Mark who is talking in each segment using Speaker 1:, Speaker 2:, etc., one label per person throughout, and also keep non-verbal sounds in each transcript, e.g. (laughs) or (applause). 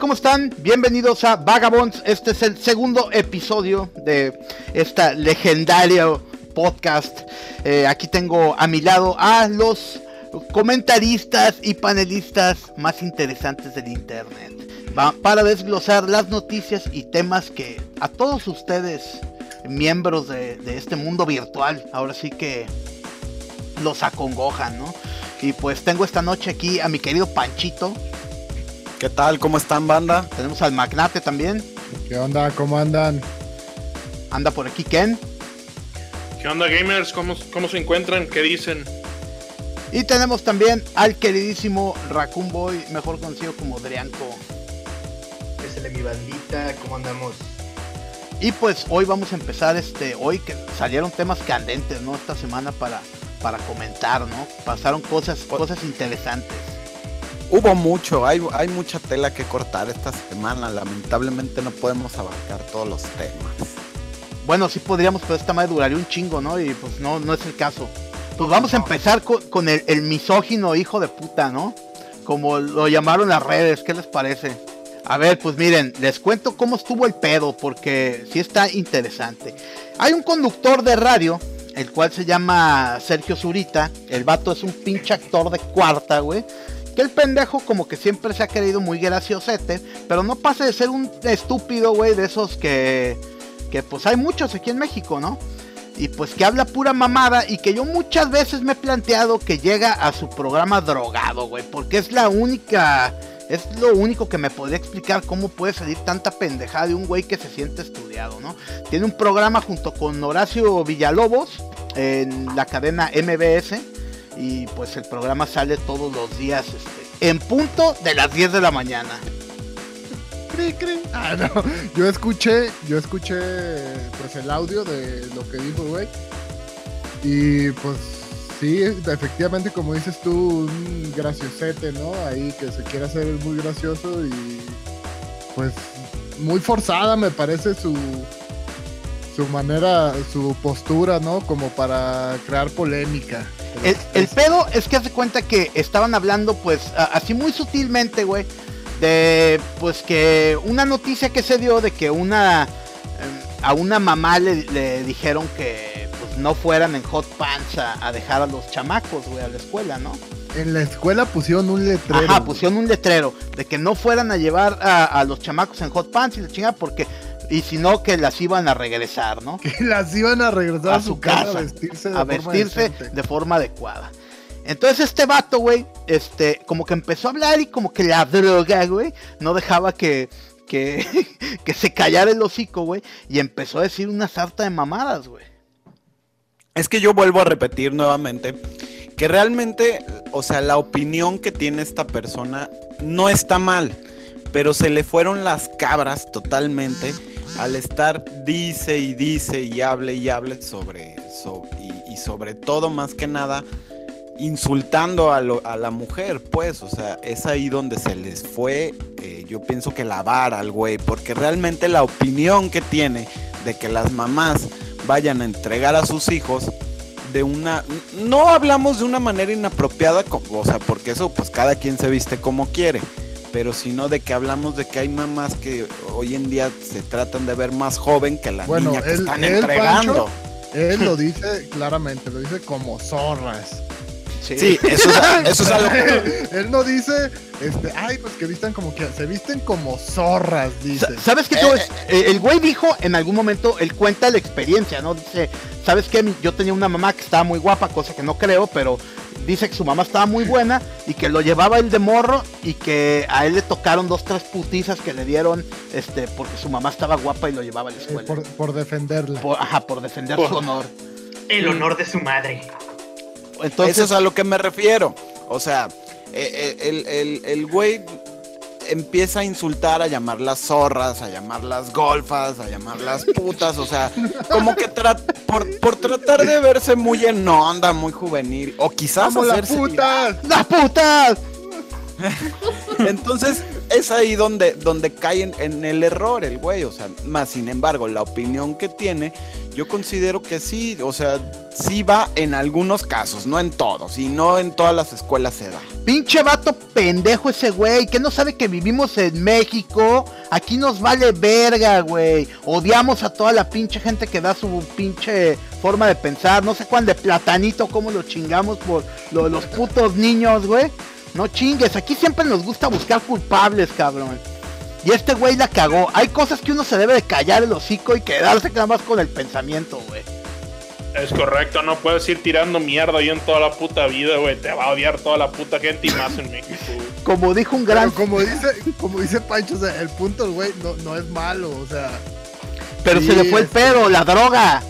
Speaker 1: ¿Cómo están? Bienvenidos a Vagabonds. Este es el segundo episodio de esta legendaria podcast. Eh, aquí tengo a mi lado a los comentaristas y panelistas más interesantes del internet. Va- para desglosar las noticias y temas que a todos ustedes, miembros de, de este mundo virtual, ahora sí que los acongojan, ¿no? Y pues tengo esta noche aquí a mi querido Panchito.
Speaker 2: ¿Qué tal? ¿Cómo están, banda?
Speaker 1: Tenemos al magnate también.
Speaker 3: ¿Qué onda? ¿Cómo andan? (laughs)
Speaker 1: Anda por aquí Ken.
Speaker 4: ¿Qué onda, gamers? ¿Cómo, cómo se encuentran? ¿Qué dicen?
Speaker 1: Y tenemos también al queridísimo Raccoon Boy, mejor conocido como Drianco.
Speaker 5: Que se le mi bandita, ¿cómo andamos?
Speaker 1: Y pues hoy vamos a empezar este, hoy que salieron temas candentes, ¿no? Esta semana para, para comentar, ¿no? Pasaron cosas, cosas interesantes.
Speaker 2: Hubo mucho, hay, hay mucha tela que cortar esta semana. Lamentablemente no podemos abarcar todos los temas.
Speaker 1: Bueno, sí podríamos, pero esta madre duraría un chingo, ¿no? Y pues no, no es el caso. Pues vamos a empezar co- con, el, el misógino hijo de puta, ¿no? Como lo llamaron las redes, ¿qué les parece? A ver, pues miren, les cuento cómo estuvo el pedo, porque sí está interesante. Hay un conductor de radio, el cual se llama Sergio Zurita. El vato es un pinche actor de cuarta, güey. Que el pendejo como que siempre se ha creído muy graciosete, pero no pasa de ser un estúpido, güey, de esos que que pues hay muchos aquí en México, ¿no? Y pues que habla pura mamada y que yo muchas veces me he planteado que llega a su programa drogado, güey, porque es la única, es lo único que me podría explicar cómo puede salir tanta pendejada de un güey que se siente estudiado, ¿no? Tiene un programa junto con Horacio Villalobos en la cadena MBS y pues el programa sale todos los días este, en punto de las 10 de la mañana.
Speaker 3: Cri, cri. Ah, no. Yo escuché, yo escuché pues el audio de lo que dijo, güey. Y pues sí, efectivamente como dices tú, un graciosete, ¿no? Ahí que se quiere hacer muy gracioso y pues muy forzada me parece su su manera, su postura, ¿no? Como para crear polémica.
Speaker 1: El, el pedo es que hace cuenta que estaban hablando, pues, a- así muy sutilmente, güey, de, pues, que una noticia que se dio de que una, em, a una mamá le, le dijeron que, pues, no fueran en hot pants a, a dejar a los chamacos, güey, a la escuela, ¿no?
Speaker 3: En la escuela pusieron un letrero.
Speaker 1: Ajá,
Speaker 3: güey.
Speaker 1: pusieron un letrero de que no fueran a llevar a, a los chamacos en hot pants y la chingada porque, y si no, que las iban a regresar, ¿no?
Speaker 3: que (laughs) las iban a regresar a, su, casa, a vestirse de
Speaker 1: a
Speaker 3: forma
Speaker 1: vestirse
Speaker 3: decente.
Speaker 1: de forma adecuada. Entonces este vato, güey, este, como que empezó a hablar y como que la droga, güey, no dejaba que, que, (laughs) que se callara el hocico, güey, y empezó a decir una sarta de mamadas, güey.
Speaker 2: Es que yo vuelvo a repetir nuevamente que realmente, o sea, la opinión que tiene esta persona no está mal, pero se le fueron las cabras totalmente al estar dice y dice y hable y hable sobre, so- y, y sobre todo más que nada insultando a, lo- a la mujer, pues, o sea, es ahí donde se les fue, eh, yo pienso que la vara al güey, porque realmente la opinión que tiene de que las mamás vayan a entregar a sus hijos de una no hablamos de una manera inapropiada, co- o sea, porque eso pues cada quien se viste como quiere, pero sino de que hablamos de que hay mamás que hoy en día se tratan de ver más joven que la
Speaker 3: Bueno,
Speaker 2: niña que
Speaker 3: él-
Speaker 2: están
Speaker 3: él,
Speaker 2: entregando.
Speaker 3: (laughs) Pancho, Él lo dice claramente, lo dice como zorras.
Speaker 2: Sí, eso es, a- eso es a lo
Speaker 3: (laughs)
Speaker 2: que-
Speaker 3: él no dice, este, ay, pues que vistan como que se visten como zorras, dice.
Speaker 1: Sa- ¿Sabes qué?
Speaker 2: Eh,
Speaker 1: Todo es- eh, el güey dijo en algún momento, él cuenta la experiencia, ¿no? Dice, ¿sabes qué? Mi- Yo tenía una mamá que estaba muy guapa, cosa que no creo, pero dice que su mamá estaba muy buena y que lo llevaba él de morro y que a él le tocaron dos, tres putizas que le dieron, este, porque su mamá estaba guapa y lo llevaba a la
Speaker 3: Eh,
Speaker 1: escuela.
Speaker 3: por,
Speaker 1: por...
Speaker 3: por defenderla.
Speaker 1: ajá, por defender
Speaker 4: Por-
Speaker 1: su honor.
Speaker 5: El honor de su madre.
Speaker 1: Entonces,
Speaker 2: Eso es a lo que me refiero. O sea, eh, eh, el, el- el güey empieza a insultar, a llamarlas zorras, a llamarlas golfas, a llamarlas putas. O sea, como que tra- por, por tratar de verse muy en onda, muy juvenil. O quizás
Speaker 3: como las
Speaker 2: hacerse
Speaker 3: putas.
Speaker 1: ¡Las putas!
Speaker 2: viral. Entonces, es ahí donde, donde cae en, en el error el güey, o sea, más sin embargo, la opinión que tiene, yo considero que sí, o sea, sí va en algunos casos, no en todos, y no en todas las escuelas se da.
Speaker 1: Pinche vato pendejo ese güey, que no sabe que vivimos en México. Aquí nos vale verga, güey. Odiamos a toda la pinche gente que da su pinche forma de pensar. No sé cuál de platanito, cómo lo chingamos por lo- los putos niños, güey. No chingues, aquí siempre nos gusta buscar culpables, cabrón. Y este güey la cagó. Hay cosas que uno se debe de callar el hocico y quedarse nada más con el pensamiento, güey.
Speaker 4: Es correcto, no puedes ir tirando mierda ahí en toda la puta vida, güey. Te va a odiar toda la puta gente y más en México,
Speaker 5: (laughs)
Speaker 4: güey.
Speaker 1: Como dijo un gran
Speaker 3: Pero como dice, como dice Pancho, o sea, el punto del güey no, no es malo, o sea,
Speaker 1: Pero se
Speaker 3: Sí,
Speaker 1: le fue el
Speaker 3: este-
Speaker 1: pedo, la droga.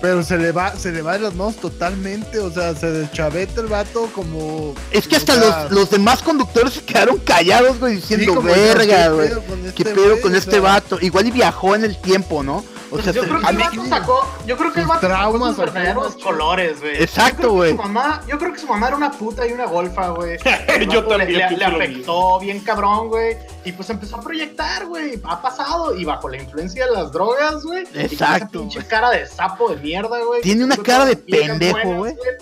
Speaker 3: pero se le va, se le va de las manos totalmente, o sea, se deschaveta el vato como
Speaker 1: Es que
Speaker 3: o
Speaker 1: hasta
Speaker 3: sea,
Speaker 1: los, los demás conductores se quedaron callados, güey,
Speaker 3: sí,
Speaker 1: diciendo,
Speaker 3: como,
Speaker 1: verga, güey.
Speaker 3: con
Speaker 1: ¿Qué
Speaker 3: este
Speaker 1: pedo
Speaker 3: güey?"
Speaker 1: con
Speaker 3: O
Speaker 1: este
Speaker 3: sea,
Speaker 1: vato? Igual y viajó en el tiempo, ¿no? O sea,
Speaker 5: yo
Speaker 1: se-
Speaker 5: creo que
Speaker 1: a
Speaker 5: el
Speaker 1: mí-
Speaker 5: vato sacó. Yo creo que el
Speaker 3: Sus
Speaker 5: vato sacó
Speaker 3: traumas
Speaker 5: sus
Speaker 3: acá,
Speaker 5: verdaderos
Speaker 3: macho.
Speaker 5: colores, güey.
Speaker 1: Exacto,
Speaker 5: Yo creo que
Speaker 1: güey.
Speaker 5: su mamá- Yo creo que su mamá era una puta y una golfa,
Speaker 1: (laughs)
Speaker 5: güey. El
Speaker 4: Yo
Speaker 5: vato le-
Speaker 4: también
Speaker 5: Le, le
Speaker 4: pienso lo
Speaker 5: afectó bien cabrón, güey. Y pues empezó a proyectar, güey. Ha pasado. Y bajo la influencia de las drogas, güey. y con
Speaker 1: Exacto,
Speaker 5: Esa pinche
Speaker 1: güey.
Speaker 5: cara de sapo de mierda, güey.
Speaker 1: Tiene
Speaker 5: que
Speaker 1: una
Speaker 5: seguro
Speaker 1: cara
Speaker 5: todas
Speaker 1: de
Speaker 5: las viejas
Speaker 1: pendejo,
Speaker 5: buenas,
Speaker 1: güey.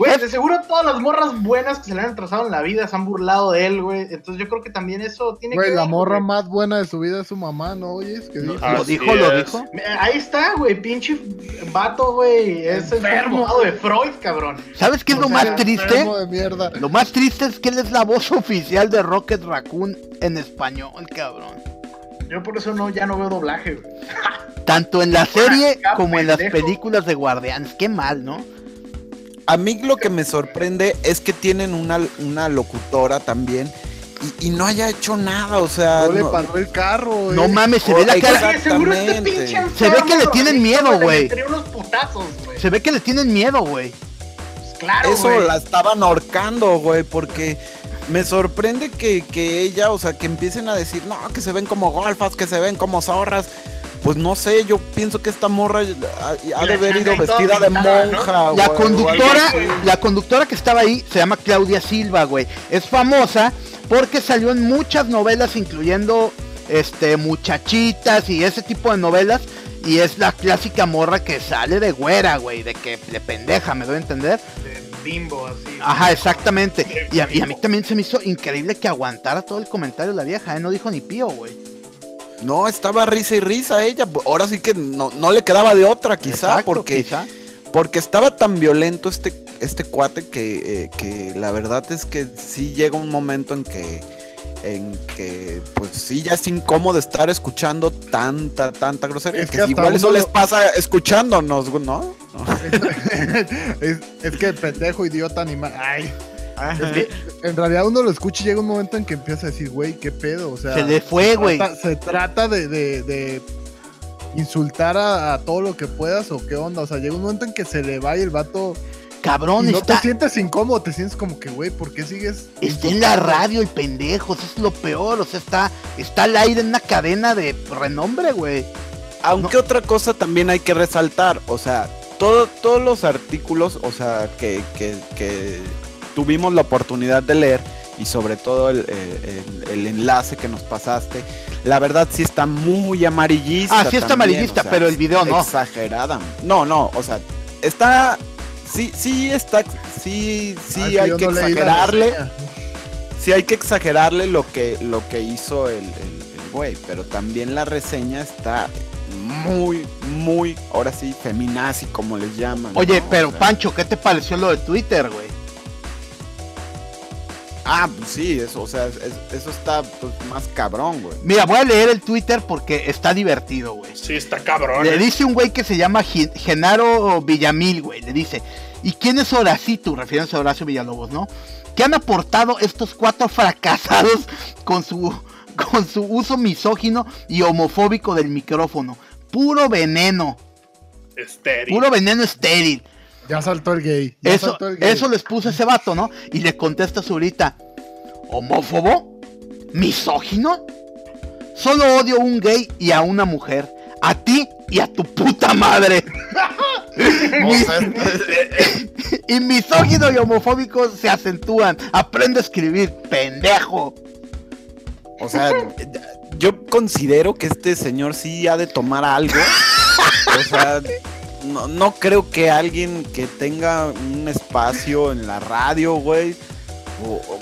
Speaker 5: Güey, de seguro todas las morras buenas que se le han atrasado en la vida se han burlado de él, güey. Entonces yo creo que también eso tiene
Speaker 3: Güey,
Speaker 5: que
Speaker 3: la
Speaker 5: ver,
Speaker 3: morra
Speaker 5: güey.
Speaker 3: más buena de su vida es su mamá, ¿no oyes? Que "Pues, dijo?
Speaker 1: Lo
Speaker 4: Así
Speaker 1: dijo, lo
Speaker 4: es.
Speaker 1: dijo.
Speaker 5: Eh, Ahí está, güey, pinche vato, güey. Es
Speaker 3: Enfermo.
Speaker 5: enfermo de Freud, cabrón.
Speaker 1: ¿Sabes qué es
Speaker 3: O
Speaker 1: lo
Speaker 3: sea,
Speaker 1: más triste?
Speaker 3: enfermo de mierda.
Speaker 1: Lo más triste es que él es la voz oficial de Rocket Raccoon en español, cabrón.
Speaker 5: Yo por eso no, ya no veo doblaje, güey.
Speaker 1: Tanto en la serie
Speaker 5: acá,
Speaker 1: como en las
Speaker 5: pendejo.
Speaker 1: películas de Guardianes. Qué mal, ¿no?
Speaker 2: A mí lo que me sorprende es que tienen una, una locutora también y, y no haya hecho nada, o sea,
Speaker 3: No le
Speaker 2: Ah, no-
Speaker 3: paró el carro, güey.
Speaker 1: No mames, se ve la
Speaker 2: Ay,
Speaker 1: cara.
Speaker 5: Oye, seguro este
Speaker 2: Exactamente.
Speaker 5: pinche enfermo.
Speaker 1: Se ve que le tienen
Speaker 5: drogadicto,
Speaker 1: miedo, güey.
Speaker 5: Le metió unos putazos, güey.
Speaker 1: Se ve que le tienen miedo, güey.
Speaker 5: Pues claro,
Speaker 2: Eso
Speaker 5: güey.
Speaker 2: la estaban ahorcando, güey, porque me sorprende que, que ella, o sea, que empiecen a decir, no, que se ven como golfas, que se ven como zorras. Pues no sé, yo pienso que esta morra ah, ha, ha de
Speaker 5: Y la
Speaker 2: haber ido
Speaker 5: changa y todo
Speaker 2: vestida de
Speaker 5: pintada, ¿no?
Speaker 2: monja,
Speaker 1: La
Speaker 2: güey,
Speaker 1: conductora,
Speaker 4: algo así.
Speaker 1: la conductora que estaba ahí se llama Claudia Silva, güey. Es famosa porque salió en muchas novelas, incluyendo este muchachitas y ese tipo de novelas. Y es la clásica morra que sale de güera, güey, de que le pendeja, me doy a entender.
Speaker 5: De bimbo, así.
Speaker 1: Ajá, exactamente. Y a, y a mí también se me hizo increíble que aguantara todo el comentario la vieja, ¿eh? No dijo ni pío, güey.
Speaker 2: No, estaba risa y risa ella. Ahora sí que no, no le quedaba de otra, quizá,
Speaker 1: Exacto,
Speaker 2: porque,
Speaker 1: quizá.
Speaker 2: porque estaba tan violento este, este cuate que, eh, que la verdad es que sí llega un momento en que, en que, pues sí, ya es incómodo estar escuchando tanta, tanta grosería.
Speaker 3: Es
Speaker 2: que
Speaker 3: que hasta
Speaker 2: igual eso
Speaker 3: uno
Speaker 2: les
Speaker 3: lo-
Speaker 2: pasa escuchándonos, ¿no? ¿no?
Speaker 3: (laughs) es, es que pendejo, idiota, animal. Ay. Es que en realidad uno lo escucha y llega un momento en que empieza a decir, güey, qué pedo. O sea,
Speaker 1: Se le fue, güey.
Speaker 3: trata- se trata de, de- de insultar a, a todo lo que puedas o qué onda. O sea, llega un momento en que se le va y el vato.
Speaker 1: Cabrón,
Speaker 3: y no
Speaker 1: está,
Speaker 3: te sientes incómodo, te sientes como que, güey, ¿por qué sigues?
Speaker 1: Está en la radio el pendejo, eso es lo peor, o sea, está, está al aire en una cadena de renombre, güey.
Speaker 2: Aunque otra cosa también hay que resaltar, o sea, todo- todos los artículos, o sea, que, que- que tuvimos la oportunidad de leer y sobre todo el, eh, el- el enlace que nos pasaste, la verdad sí está muy amarillista.
Speaker 1: Ah, sí está
Speaker 2: también,
Speaker 1: amarillista,
Speaker 2: o sea,
Speaker 1: pero el video no.
Speaker 2: Exagerada. No, no, o sea, está, sí, sí está, sí,
Speaker 3: Ah,
Speaker 2: sí
Speaker 3: es
Speaker 2: hay
Speaker 3: yo
Speaker 2: que
Speaker 3: no leí la
Speaker 2: exagerarle
Speaker 3: reseña.
Speaker 2: sí hay que exagerarle lo que, lo que hizo el, el- el güey, pero también la reseña está muy, muy, ahora sí, feminazi, como les llaman.
Speaker 1: Oye,
Speaker 2: ¿no?
Speaker 1: pero
Speaker 2: O sea,
Speaker 1: Pancho, ¿qué te pareció lo de Twitter, güey?
Speaker 2: Ah, pues sí, eso, o sea, es- eso está pues, más cabrón, güey.
Speaker 1: Mira, voy a leer el Twitter porque está divertido, güey.
Speaker 4: Sí, está cabrón.
Speaker 1: Le
Speaker 4: eh.
Speaker 1: dice un güey que se llama Gen- Genaro Villamil, güey. Le dice, ¿y quién es Horacito? Refiriéndose a Horacio Villalobos, ¿no? ¿Qué han aportado estos cuatro fracasados con su, con su uso misógino y homofóbico del micrófono? Puro veneno,
Speaker 4: Estéril.
Speaker 1: puro veneno estéril.
Speaker 3: Ya saltó el gay. ya
Speaker 1: Eso,
Speaker 3: saltó el gay.
Speaker 1: eso les puso ese vato, ¿no? Y le contesta Zurita, ¿homófobo? ¿Misógino? Solo odio a un gay y a una mujer. A ti y a tu puta
Speaker 2: (laughs)
Speaker 1: madre.
Speaker 2: O sea, es-
Speaker 1: (laughs) Y misógino y homofóbico se acentúan. Aprende a escribir, pendejo.
Speaker 2: O sea, yo considero que este señor sí ha de tomar algo. O sea, no, no creo que alguien que tenga un espacio en la radio, güey, o- o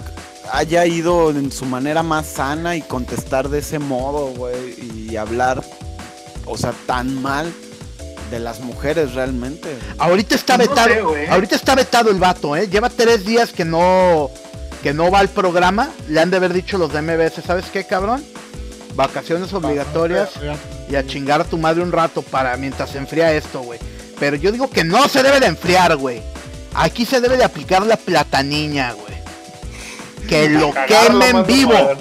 Speaker 2: haya ido en su manera más sana y contestar de ese modo, güey, y hablar, o sea, tan mal de las mujeres realmente.
Speaker 1: Ahorita está
Speaker 5: No
Speaker 1: vetado.
Speaker 5: sé, güey.
Speaker 1: ahorita está vetado el vato, ¿eh? Lleva tres días que no que no va al programa. Le han de haber dicho los de MBS, ¿sabes qué, cabrón? Vacaciones obligatorias y a chingar a tu madre un rato para mientras se enfría esto, güey. Pero yo digo que no se debe de enfriar, güey. Aquí se debe de aplicar la plataniña, güey.
Speaker 4: (laughs)
Speaker 1: Que lo
Speaker 4: cagarlo
Speaker 1: queme
Speaker 4: más no
Speaker 1: en vivo.
Speaker 4: poder.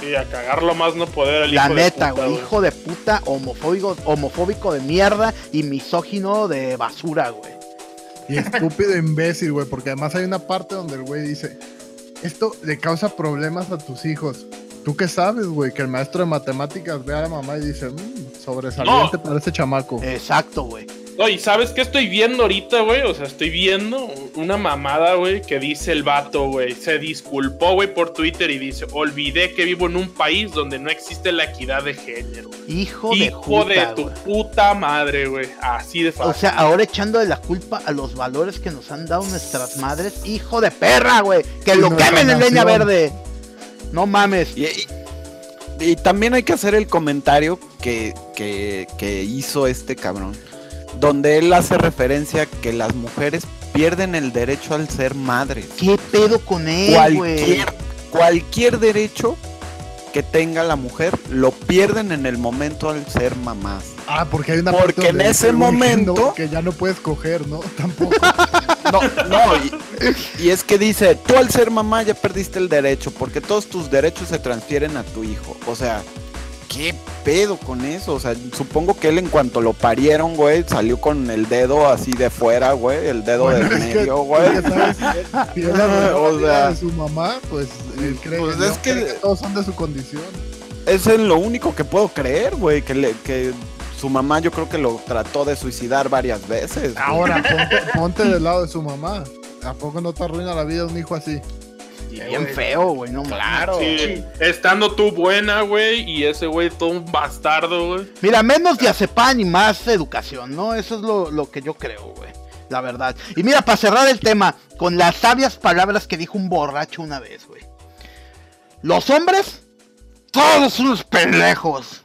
Speaker 4: Sí, a cagarlo más no poder el
Speaker 1: La
Speaker 4: hijo de
Speaker 1: neta,
Speaker 4: puta,
Speaker 1: güey. Hijo de puta, homofóbico, homofóbico de mierda y misógino de basura, güey.
Speaker 3: Y estúpido imbécil, güey, porque además hay una parte donde el güey dice, esto le causa problemas a tus hijos. ¿Tú qué sabes, güey? Que el maestro de matemáticas ve a la mamá y dice, "Mm, sobresaliente para este chamaco.
Speaker 2: Eh,
Speaker 1: Exacto, güey.
Speaker 4: No, y sabes qué estoy viendo ahorita, güey. O sea, estoy viendo una mamada, güey, que dice el vato, güey. Se disculpó, güey, por Twitter y dice: Olvidé que vivo en un país donde no existe la equidad de género.
Speaker 1: Hijo, de
Speaker 4: Hijo de,
Speaker 1: puta,
Speaker 4: tu
Speaker 1: güey.
Speaker 4: puta madre, güey. Así de fácil.
Speaker 1: O sea, ahora echando de la culpa a los valores que nos han dado nuestras madres. Hijo de perra, güey. Que
Speaker 3: Y
Speaker 1: lo
Speaker 3: nuestra
Speaker 1: quemen en leña
Speaker 3: nación.
Speaker 1: verde. No mames.
Speaker 2: Y, y- y también hay que hacer el comentario que, que- que hizo este cabrón, donde él hace referencia que las mujeres pierden el derecho al ser madres.
Speaker 1: ¿Qué pedo con él, güey?
Speaker 2: Cualquier, cualquier derecho que tenga la mujer lo pierden en el momento al ser mamás.
Speaker 3: Ah, porque hay una
Speaker 2: Porque
Speaker 3: parte donde
Speaker 2: en ese
Speaker 3: dice, "Uy,
Speaker 2: momento-
Speaker 3: no, que ya no puedes coger, ¿no? (laughs) Tampoco.
Speaker 2: No, no, y, y es que dice, tú al ser mamá ya perdiste el derecho, porque todos tus derechos se transfieren a tu hijo. O sea, ¿qué pedo con eso? O sea, supongo que él en cuanto lo parieron, güey, salió con el dedo así de fuera, güey, el dedo
Speaker 3: Bueno,
Speaker 2: del
Speaker 3: es que-
Speaker 2: medio, (laughs) güey.
Speaker 3: ya sabes, si él
Speaker 2: (laughs)
Speaker 3: arruinó
Speaker 2: O
Speaker 3: la vida
Speaker 2: sea,
Speaker 3: de su mamá, pues él cree
Speaker 2: pues
Speaker 3: que,
Speaker 2: es
Speaker 3: no,
Speaker 2: que-
Speaker 3: cree que todos son de su condición.
Speaker 2: Es en lo único que puedo creer, güey, que, le- que su mamá yo creo que lo trató de suicidar varias veces. güey.
Speaker 3: Ahora, ponte, ponte del lado de su mamá. ¿A poco no te arruina la vida un hijo así?
Speaker 1: Y bien feo, güey. No mames.
Speaker 2: Claro.
Speaker 4: Sí, estando tú buena, güey, y ese güey todo un bastardo, güey.
Speaker 1: Mira, menos diazepam y más educación, ¿no? Eso es lo, lo que yo creo, güey. La verdad. Y mira, para cerrar el tema, con las sabias palabras que dijo un borracho una vez, güey. Los hombres, todos son unos pendejos.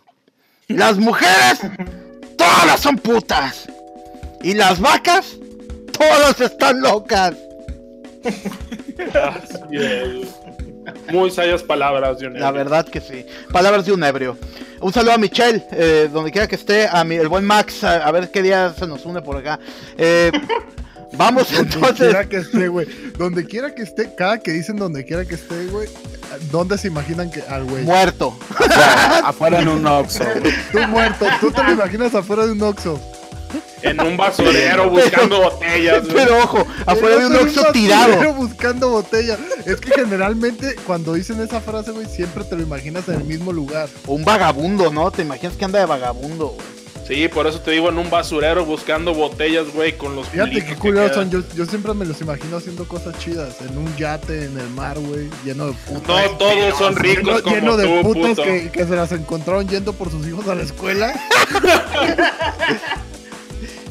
Speaker 1: Las mujeres, todas son putas. Y las vacas, todas están locas.
Speaker 4: Así es. Muy sabias palabras, Dionel.
Speaker 1: La verdad que sí. Palabras de un ebrio. Un saludo a Michelle, eh, donde quiera que esté, a mi, el buen Max, a, a ver qué día se nos une por acá. Eh, vamos
Speaker 3: Donde
Speaker 1: entonces.
Speaker 3: quiera que esté, güey. Donde quiera que esté, cada que dicen donde quiera que esté, güey. ¿Dónde se imaginan que al güey?
Speaker 1: Muerto.
Speaker 2: Afuera, afuera en un Oxxo, güey.
Speaker 3: Tú muerto. Tú te lo imaginas afuera de un Oxxo.
Speaker 4: En un basurero buscando botellas, güey.
Speaker 1: Pero ojo, afuera de un
Speaker 3: Eres
Speaker 1: oxo tirado.
Speaker 3: basurero Buscando botella. Es que generalmente cuando dicen esa frase, güey, siempre te lo imaginas en el mismo lugar.
Speaker 1: Un vagabundo, ¿no? Te imaginas que anda de vagabundo, güey.
Speaker 4: Sí, por eso te digo, en un basurero buscando botellas, güey, con los
Speaker 3: Fíjate
Speaker 4: culitos
Speaker 3: qué
Speaker 4: que
Speaker 3: culeros
Speaker 4: quedan.
Speaker 3: son. Yo, yo siempre me los imagino haciendo cosas chidas. En un yate, en el mar, güey. Lleno de putas.
Speaker 4: No todos son
Speaker 3: Lleno,
Speaker 4: ricos
Speaker 3: lleno
Speaker 4: como
Speaker 3: de
Speaker 4: tú,
Speaker 3: putas
Speaker 4: puto.
Speaker 3: que, que se las encontraron yendo por sus hijos a la escuela.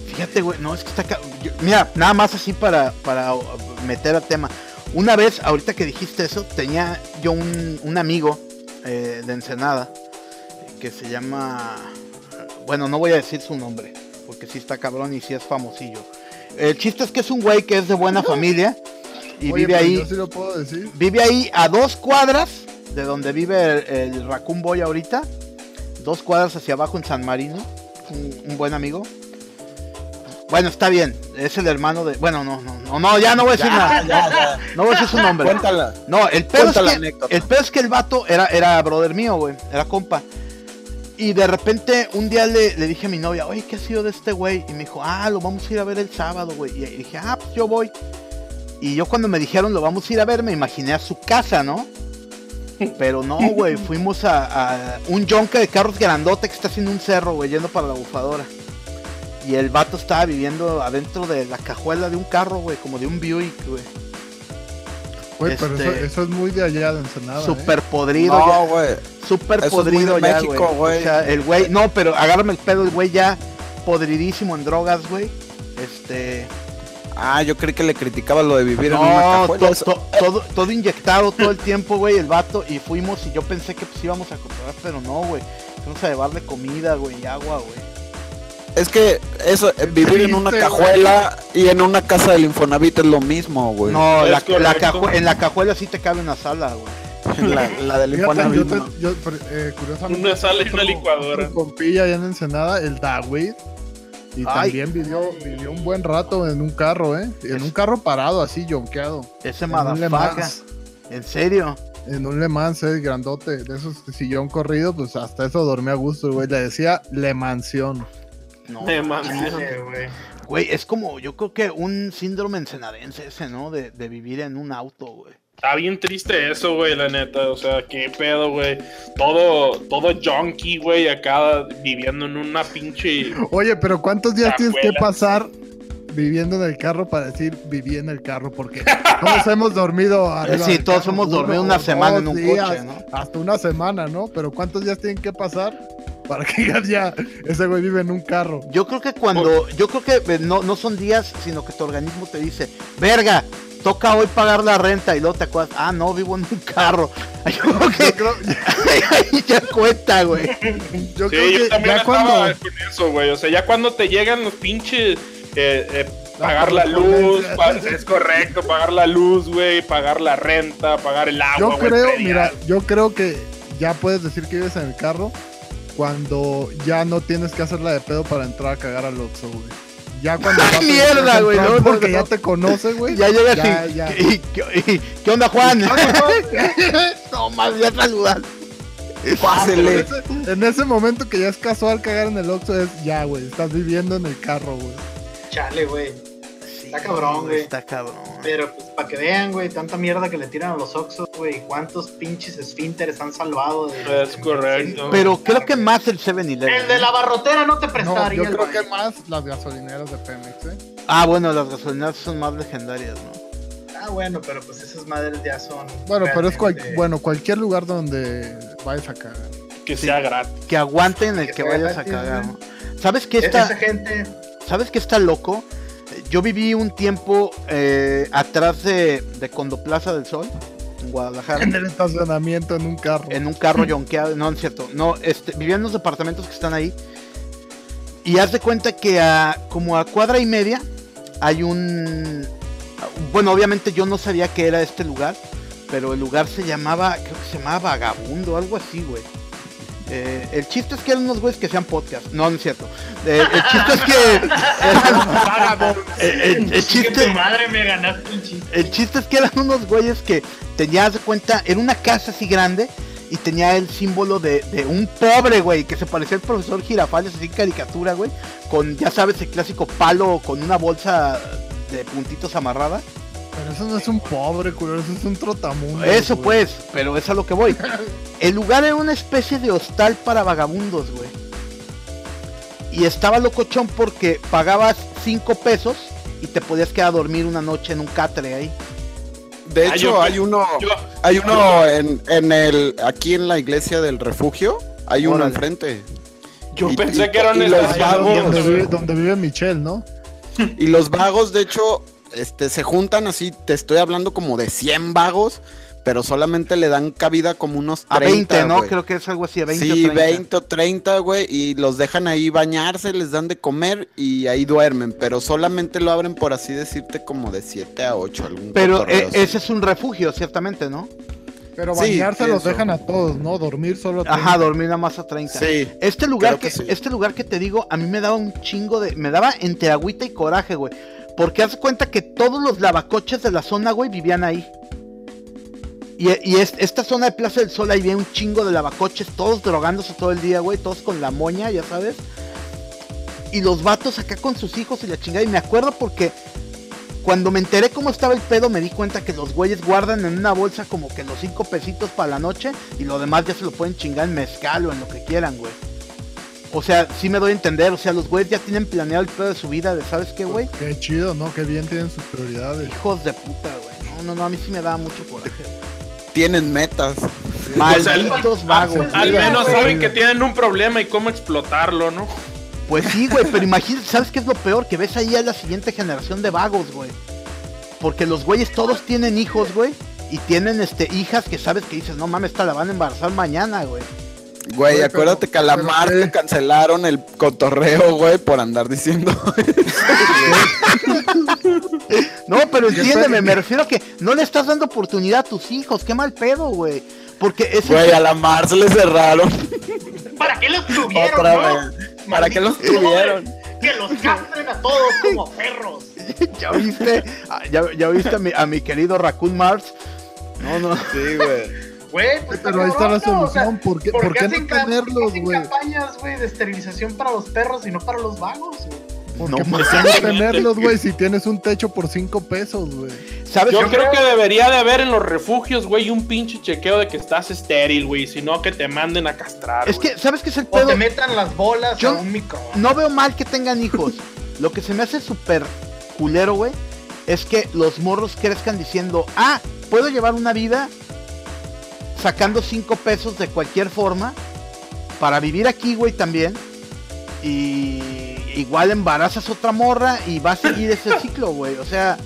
Speaker 1: Fíjate, güey, no, es que está... ca- yo- mira, nada más así para, para uh, meter a tema. Una vez, ahorita que dijiste eso, tenía yo un, un amigo eh, de Ensenada eh, que se llama... Bueno, no voy a decir su nombre, porque sí está cabrón y sí es famosillo. El chiste es que es un güey que es de buena familia y
Speaker 3: Oye,
Speaker 1: vive
Speaker 3: pero
Speaker 1: ahí
Speaker 3: Yo sí lo puedo decir.
Speaker 1: vive ahí a dos cuadras de donde vive el, el Raccoon Boy ahorita. Dos cuadras hacia abajo en San Marino. Un, un buen amigo. Bueno, está bien. Es el hermano de. Bueno, no, no, no, no, ya no voy a decir nada. No voy a decir su nombre.
Speaker 2: Cuéntala.
Speaker 1: No, el pedo, es
Speaker 2: Cuenta la
Speaker 1: que,
Speaker 2: anécdota.
Speaker 1: el pedo es que el vato era, era brother mío, güey. Era compa. Y de repente un día le, le dije a mi novia, oye, ¿qué ha sido de este güey? Y me dijo, ah, lo vamos a ir a ver el sábado, güey. Y dije, ah, pues yo voy. Y yo cuando me dijeron, lo vamos a ir a ver, me imaginé a su casa, ¿no? Pero no, güey, fuimos a, a un yonca de carros grandote que está haciendo un cerro, güey, yendo para la bufadora. Y el vato estaba viviendo adentro de la cajuela de un carro, güey, como de un Buick, güey.
Speaker 3: Güey, pero eso,
Speaker 1: Este-
Speaker 3: eso es muy de allá de Ensenada. ¿eh?
Speaker 1: super podrido. ya-
Speaker 2: No, güey.
Speaker 1: Súper
Speaker 2: Eso es muy
Speaker 1: podrido
Speaker 2: de
Speaker 1: ya,
Speaker 2: México,
Speaker 1: güey. O
Speaker 2: güey.
Speaker 1: sea, el güey, no, pero agárrame el pedo, el güey ya podridísimo en drogas, güey. Este,
Speaker 2: Ah, yo creí que le criticaba lo de vivir en una
Speaker 1: no, pues,
Speaker 2: cajuela.
Speaker 1: to-
Speaker 2: Eso-
Speaker 1: to- todo, todo inyectado todo el tiempo, güey, el vato. Y fuimos y yo pensé que pues íbamos a comprar, pero no, güey. Vamos a llevarle comida, güey, y agua, güey.
Speaker 2: Es que eso, eh, vivir en una
Speaker 3: triste,
Speaker 2: cajuela y en una casa del Infonavit es lo mismo, güey.
Speaker 1: No, la,
Speaker 4: Es
Speaker 1: la
Speaker 4: correcto.
Speaker 1: cajue- en la cajuela sí te cabe una sala, güey.
Speaker 2: (laughs) La, la del
Speaker 3: Fíjate, yo
Speaker 2: Infonavit.
Speaker 3: te-
Speaker 2: no.
Speaker 3: yo, pero, eh, curiosamente.
Speaker 4: Una sala y
Speaker 3: otro-
Speaker 4: una licuadora.
Speaker 3: otro compilla allá en Ensenada, el Dawid. Y
Speaker 1: Ay.
Speaker 3: también vivió, vivió un buen rato en un carro, ¿eh? En un carro parado, así, yonqueado.
Speaker 1: Ese
Speaker 3: En un Le
Speaker 1: madafaca.
Speaker 3: Mans.
Speaker 1: ¿En serio?
Speaker 3: En un Le Mans, ¿eh? Grandote. De esos de sillón corrido, pues hasta eso dormía a gusto, güey. Le decía Le Mansión.
Speaker 1: No.
Speaker 4: De mansión.
Speaker 5: Chale, güey.
Speaker 1: Güey, es como, yo creo que un síndrome ensenadense ese, ¿no? De, de vivir en un auto, güey.
Speaker 4: Está bien triste eso, güey, la neta. O sea, qué pedo, güey. Todo, todo junkie, güey, acá viviendo en una pinche.
Speaker 3: Oye, pero ¿cuántos días
Speaker 4: La
Speaker 3: tienes que
Speaker 4: abuela.
Speaker 3: pasar viviendo en el carro para decir viví en el carro? Porque todos hemos dormido arriba
Speaker 1: Eh, sí,
Speaker 3: del
Speaker 1: todos
Speaker 3: carro,
Speaker 1: hemos
Speaker 3: uno
Speaker 1: dormido
Speaker 3: o
Speaker 1: una semana en
Speaker 3: dos
Speaker 1: un
Speaker 3: días,
Speaker 1: coche, ¿no?
Speaker 3: Hasta una semana, ¿no? Pero ¿cuántos días tienen que pasar para (laughs) que digas ya ese güey vive en un carro?
Speaker 1: Yo creo que cuando, yo creo que eh, no, no son días, sino que tu organismo te dice, verga, toca hoy pagar la renta y luego te acuerdas, ah, no, vivo en un carro. (laughs) Yo creo
Speaker 3: Yo
Speaker 1: que
Speaker 3: creo,
Speaker 1: ahí ya cuenta, güey.
Speaker 3: yo
Speaker 4: Sí,
Speaker 3: creo
Speaker 4: yo
Speaker 3: que
Speaker 4: también
Speaker 3: ya
Speaker 4: estaba
Speaker 3: cuando...
Speaker 4: con eso, güey. O sea, ya cuando te llegan los pinches. eh, eh, pagar la luz,
Speaker 3: correspondencia.
Speaker 4: pa- es correcto, pagar la luz, güey, pagar la renta, pagar el agua.
Speaker 3: Yo
Speaker 4: güey,
Speaker 3: creo,
Speaker 4: predial.
Speaker 3: mira, yo creo que ya puedes decir que vives en el carro cuando ya no tienes que hacerla de pedo para entrar a cagar al Oxxo, güey. Ya
Speaker 1: (laughs)
Speaker 3: cuando el vato ya
Speaker 1: Mierda,
Speaker 3: empieza a
Speaker 1: güey,
Speaker 3: entrar
Speaker 1: no, no,
Speaker 3: porque
Speaker 1: no.
Speaker 3: ya te conoce, güey.
Speaker 1: Ya llegas
Speaker 3: ya,
Speaker 1: (laughs) y, Ah,
Speaker 3: ya. Ah,
Speaker 1: y- y- y- ¿qué onda,
Speaker 3: (laughs)
Speaker 1: Juan? (laughs) no más, ya saludas.
Speaker 2: Pásele.
Speaker 1: Ah,
Speaker 3: En ese momento que ya es casual cagar en el Oxxo es ya, güey, estás viviendo en el carro, güey.
Speaker 5: Chale, güey. Está cabrón, güey.
Speaker 1: Está cabrón.
Speaker 5: Pero pues para que vean, güey, tanta mierda que le tiran a los Oxos, güey, cuántos pinches esfínteres han salvado. de- Ah,
Speaker 4: Es correcto.
Speaker 1: Pero creo que más el 7
Speaker 5: El de la barrotera no te
Speaker 3: No,
Speaker 5: prestaría.
Speaker 3: yo creo
Speaker 5: güey.
Speaker 3: que más las gasolineras de Pemex, ¿eh?
Speaker 1: Ah, bueno, las gasolineras son más legendarias, ¿no?
Speaker 5: Ah, bueno, pero pues esas madres ya son.
Speaker 3: Bueno, pero es cual-
Speaker 5: realmente-
Speaker 3: bueno, cualquier lugar donde vayas a cagar.
Speaker 4: que
Speaker 3: (laughs)
Speaker 4: sea gratis.
Speaker 1: Que aguanten el
Speaker 5: Que
Speaker 1: que
Speaker 5: se
Speaker 1: vayas a
Speaker 5: aguanten,
Speaker 1: cagar.
Speaker 5: güey.
Speaker 1: ¿no? ¿Sabes qué está?
Speaker 5: e-, Esa gente.
Speaker 1: ¿Sabes qué está loco? Eh, Yo viví un tiempo eh, atrás de, de Condoplaza del Sol, en Guadalajara,
Speaker 3: En el estacionamiento, en un carro.
Speaker 1: en un carro yonqueado. No, no es cierto. No, este, vivía en los departamentos que están ahí. Y haz de cuenta que a, como a cuadra y media hay un... Bueno, obviamente yo no sabía que era este lugar, pero el lugar se llamaba, creo que se llamaba Vagabundo, algo así, güey. Eh, el chiste es que eran unos güeyes que sean podcast. No, no es cierto. Eh, el chiste es que... el- el- el
Speaker 5: Que
Speaker 1: chiste-
Speaker 5: tu pues, madre me ganaste un chiste.
Speaker 1: el chiste es que eran unos güeyes que tenía, haz de cuenta, era una casa así grande y tenía el símbolo de, de un pobre, güey, que se parecía al profesor Girafales, así en caricatura, güey, con, ya sabes, el clásico palo con una bolsa de puntitos amarrada.
Speaker 3: Pero eso no es un pobre, culero, eso es un trotamundo.
Speaker 1: Eso
Speaker 3: güey.
Speaker 1: pues, pero es a lo que voy. El lugar era una especie de hostal para vagabundos, güey. Y estaba locochón porque pagabas 5 pesos y te podías quedar a dormir una noche en un catre ahí.
Speaker 2: De
Speaker 4: Ah,
Speaker 2: hecho,
Speaker 4: yo-
Speaker 2: hay uno,
Speaker 4: Yo,
Speaker 2: hay uno en, en el, aquí en la iglesia del refugio, hay uno
Speaker 1: Órale.
Speaker 2: enfrente.
Speaker 4: yo
Speaker 2: Y-
Speaker 4: pensé
Speaker 2: y-
Speaker 4: que eran
Speaker 2: y los
Speaker 4: estos
Speaker 2: vagos,
Speaker 3: Ah, donde,
Speaker 4: vagos.
Speaker 3: vive, donde vive Michelle, ¿no?
Speaker 2: Y los vagos, de hecho, este, se juntan así, te estoy hablando como de 100 vagos, pero solamente le dan cabida como unos 30,
Speaker 1: A 20, ¿no?
Speaker 2: güey.
Speaker 1: Creo que es algo así, a 20 o
Speaker 2: sí,
Speaker 1: 30.
Speaker 2: 20 o 30, güey, y los dejan ahí bañarse, les dan de comer y ahí duermen, pero solamente lo abren, por así decirte, como de 7 a 8. Algún
Speaker 1: Pero
Speaker 2: cotorreo
Speaker 1: eh,
Speaker 2: así.
Speaker 1: ese es un refugio, ciertamente, ¿no?
Speaker 3: Pero
Speaker 2: Sí,
Speaker 3: bañarse los
Speaker 2: eso.
Speaker 3: dejan a todos, ¿no? Dormir solo. a
Speaker 1: Ajá,
Speaker 3: todos.
Speaker 1: dormir nada más a 30.
Speaker 2: Sí,
Speaker 1: Este lugar
Speaker 2: Creo
Speaker 1: que,
Speaker 2: que sí.
Speaker 1: este lugar que te digo, a mí me daba un chingo de. Me daba entre agüita y coraje, güey. Porque haz de cuenta que todos los lavacoches de la zona, güey, vivían ahí. Y, y es- esta zona de Plaza del Sol, ahí había un chingo de lavacoches, todos drogándose todo el día, güey, todos con la moña, ya sabes. Y los vatos acá con sus hijos y la chingada. Y me acuerdo porque cuando me enteré cómo estaba el pedo, me di cuenta que los güeyes guardan en una bolsa como que los cinco pesitos para la noche y lo demás ya se lo pueden chingar en mezcal o en lo que quieran, güey. O sea, sí me doy a entender. O sea, los güeyes ya tienen planeado el pedo de su vida. De, ¿Sabes qué, güey?
Speaker 3: Qué chido, ¿no? Qué bien tienen sus prioridades.
Speaker 1: Hijos de puta, güey. No, no, no. A mí sí me da mucho
Speaker 4: (laughs)
Speaker 1: coraje.
Speaker 2: Tienen metas.
Speaker 1: Malditos vagos.
Speaker 4: Al
Speaker 1: güey.
Speaker 4: menos
Speaker 3: güey.
Speaker 4: saben que tienen un problema y cómo explotarlo, ¿no?
Speaker 1: Pues sí, güey, pero imagínate, ¿sabes qué es lo peor? Que ves ahí a la siguiente generación de vagos, güey. Porque los güeyes todos tienen hijos, güey. Y tienen este hijas que sabes que dices, no mames, esta la van a embarazar mañana, güey.
Speaker 2: Güey,
Speaker 3: Güey,
Speaker 2: acuérdate
Speaker 3: pero-
Speaker 2: que a la marca
Speaker 3: pero-
Speaker 2: cancelaron el cotorreo, güey, por andar (laughs) diciendo.
Speaker 1: No, pero
Speaker 3: ¿Qué
Speaker 1: entiéndeme,
Speaker 3: tal?
Speaker 1: me refiero a que no le estás dando oportunidad a tus hijos, qué mal pedo, güey. Porque ese
Speaker 2: Güey, a la Mars le cerraron
Speaker 5: ¿Para qué los tuvieron?
Speaker 2: otra
Speaker 5: no?
Speaker 2: vez. ¿Para qué los
Speaker 5: Malditos
Speaker 2: tuvieron?
Speaker 5: hombres, Que los castren a todos como perros.
Speaker 1: (laughs) ya viste, Ah, ya, ya viste a mi, a mi querido Raccoon Mars. No, no.
Speaker 2: Sí, güey.
Speaker 5: Güey, pues,
Speaker 3: Pero ahí está la
Speaker 5: cabrón, ¿no? O sea,
Speaker 3: solución. ¿Por qué, ¿por qué
Speaker 5: hacen
Speaker 3: no
Speaker 5: ca- por
Speaker 3: tenerlos,
Speaker 5: qué hacen
Speaker 3: güey?
Speaker 5: campañas, güey, de esterilización para los perros y no para los vagos, güey?
Speaker 1: No
Speaker 3: Porque ¿Por qué
Speaker 1: mames.
Speaker 3: no tenerlos, güey? Si tienes un techo por 5 pesos, güey.
Speaker 1: ¿Sabes?
Speaker 4: Yo
Speaker 1: qué?
Speaker 4: creo que debería de haber en los refugios, güey, un pinche chequeo de que estás estéril, güey. Si no, que te manden a castrar.
Speaker 1: Es
Speaker 4: güey.
Speaker 1: que, ¿sabes qué es el
Speaker 5: O
Speaker 1: pedo?
Speaker 5: te metan las bolas
Speaker 1: Yo-
Speaker 5: a un micrófono.
Speaker 1: no veo mal que tengan hijos. Lo que se me hace súper culero, güey, es que los morros crezcan diciendo, ah, puedo llevar una vida sacando cinco pesos de cualquier forma para vivir aquí, güey, también. Y igual embarazas otra morra y va a seguir ese ciclo, güey. O sea,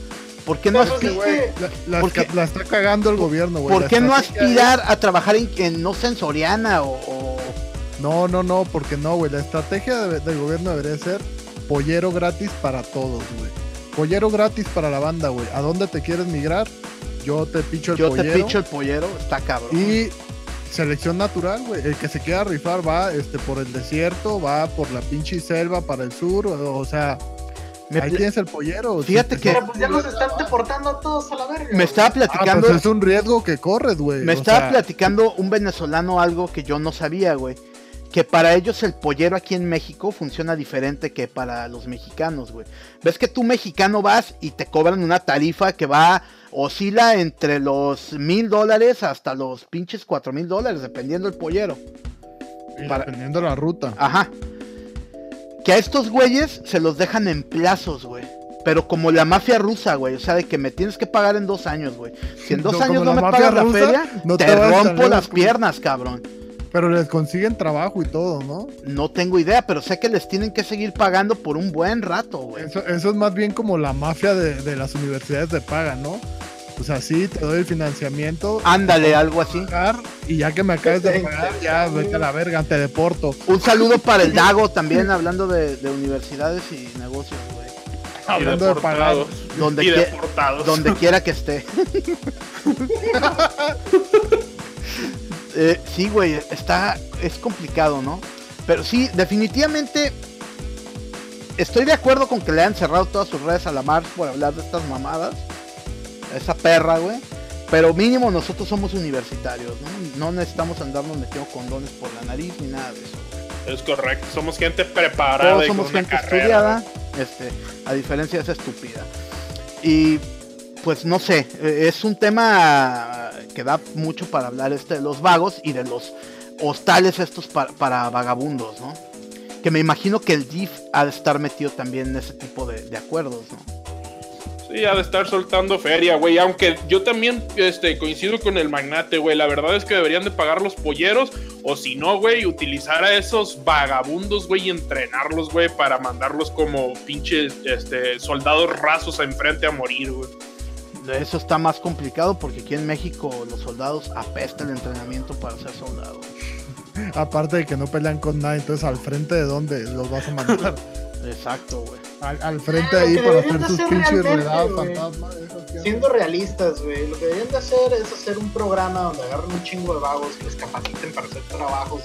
Speaker 1: ¿por qué no,
Speaker 5: Pero,
Speaker 1: aspi-
Speaker 5: güey,
Speaker 3: La, la-
Speaker 1: ¿Por qué?
Speaker 3: la está cagando el gobierno, güey.
Speaker 1: ¿por
Speaker 3: La
Speaker 1: qué no
Speaker 3: estrategia
Speaker 1: aspirar a trabajar en, en, no sensoriana o, o-
Speaker 3: es- No, no, no, porque no, güey. La estrategia de- del gobierno debería ser pollero gratis para todos, güey. Pollero gratis para la banda, güey. ¿A dónde te quieres migrar? Yo te picho el
Speaker 1: yo
Speaker 3: pollero.
Speaker 1: te picho el pollero? Está cabrón.
Speaker 3: Y selección natural, güey. El que se quiera rifar va este, por el desierto, va por la pinche selva para el sur. O, o sea,
Speaker 1: Me
Speaker 3: ahí
Speaker 1: pla-
Speaker 3: tienes el pollero.
Speaker 1: Fíjate que-
Speaker 5: Pero pues ya los están deportando a todos a la verga.
Speaker 1: me
Speaker 5: güey.
Speaker 1: estaba
Speaker 3: Ah,
Speaker 1: platicando
Speaker 3: pues es un riesgo que corres, güey.
Speaker 1: Me
Speaker 3: o
Speaker 1: estaba
Speaker 3: sea,
Speaker 1: platicando un venezolano algo que yo no sabía, güey. Que para ellos el pollero aquí en México funciona diferente que para los mexicanos, güey. Ves que tú mexicano vas y te cobran una tarifa que va, oscila entre los mil dólares hasta los pinches cuatro mil dólares, dependiendo el pollero.
Speaker 3: y
Speaker 1: para-
Speaker 3: Dependiendo la ruta.
Speaker 1: Ajá. Que a estos güeyes se los dejan en plazos, güey. Pero como la mafia rusa, güey. O sea, de que me tienes que pagar en dos años, güey. Si en dos
Speaker 3: No, como
Speaker 1: años no
Speaker 3: la
Speaker 1: me
Speaker 3: mafia
Speaker 1: pagas la
Speaker 3: rusa,
Speaker 1: feria,
Speaker 3: no
Speaker 1: te
Speaker 3: te vas tan
Speaker 1: rompo las
Speaker 3: lejos.
Speaker 1: piernas, cabrón.
Speaker 3: Pero les consiguen trabajo y todo, ¿no?
Speaker 1: No tengo idea, pero sé que les tienen que seguir pagando por un buen rato, güey.
Speaker 3: Eso, eso es más bien como la mafia de, de las universidades de paga, ¿no? O sea, sí, te doy el financiamiento.
Speaker 1: Ándale, algo así.
Speaker 3: pagar, Y ya que me acabes de pagar, ya vete a la verga, te deporto.
Speaker 1: Un saludo para el Dago también, hablando de, de universidades y negocios, güey.
Speaker 3: hablando de pagar.
Speaker 1: Donde,
Speaker 4: y
Speaker 1: quie-
Speaker 4: deportados.
Speaker 1: donde quiera que esté. Eh, sí, güey, está. Es complicado, ¿no? Pero sí, definitivamente. Estoy de acuerdo con que le han cerrado todas sus redes a la Mars por hablar de estas mamadas. A esa perra, güey. Pero mínimo nosotros somos universitarios, ¿no? No necesitamos andarnos metiendo condones por la nariz ni nada de eso. güey.
Speaker 4: Es correcto. Somos gente preparada.
Speaker 1: Todos
Speaker 4: y con
Speaker 1: somos
Speaker 4: una
Speaker 1: gente
Speaker 4: carrera,
Speaker 1: estudiada, este, a diferencia de esa estúpida. Y pues no sé, eh, es un tema que da mucho para hablar este de los vagos y de los hostales estos pa- para vagabundos, ¿no? Que me imagino que el DIF ha de estar metido también en ese tipo de, de acuerdos, ¿no?
Speaker 4: Sí, ha de estar soltando feria, güey. Aunque yo también este, coincido con el magnate, güey. La verdad es que deberían de pagar los polleros. O si no, güey, utilizar a esos vagabundos, güey, y entrenarlos, güey, para mandarlos como pinches este, soldados rasos enfrente a morir, güey.
Speaker 1: Eso está más complicado porque aquí en México los soldados apesta el entrenamiento para ser soldado.
Speaker 3: Aparte de que no pelean con nada, entonces al frente de dónde los vas a mandar.
Speaker 1: Exacto, güey.
Speaker 3: al, al frente
Speaker 5: Ah, lo
Speaker 3: ahí
Speaker 5: que
Speaker 3: para hacer
Speaker 5: deberían de
Speaker 3: tus
Speaker 5: hacer
Speaker 3: pinches
Speaker 5: realmente,
Speaker 3: redadas
Speaker 5: güey.
Speaker 3: fantasmas. esas que
Speaker 5: Siendo realistas, güey, lo que deberían de hacer es hacer un programa donde agarren un chingo de vagos y los capaciten para hacer trabajos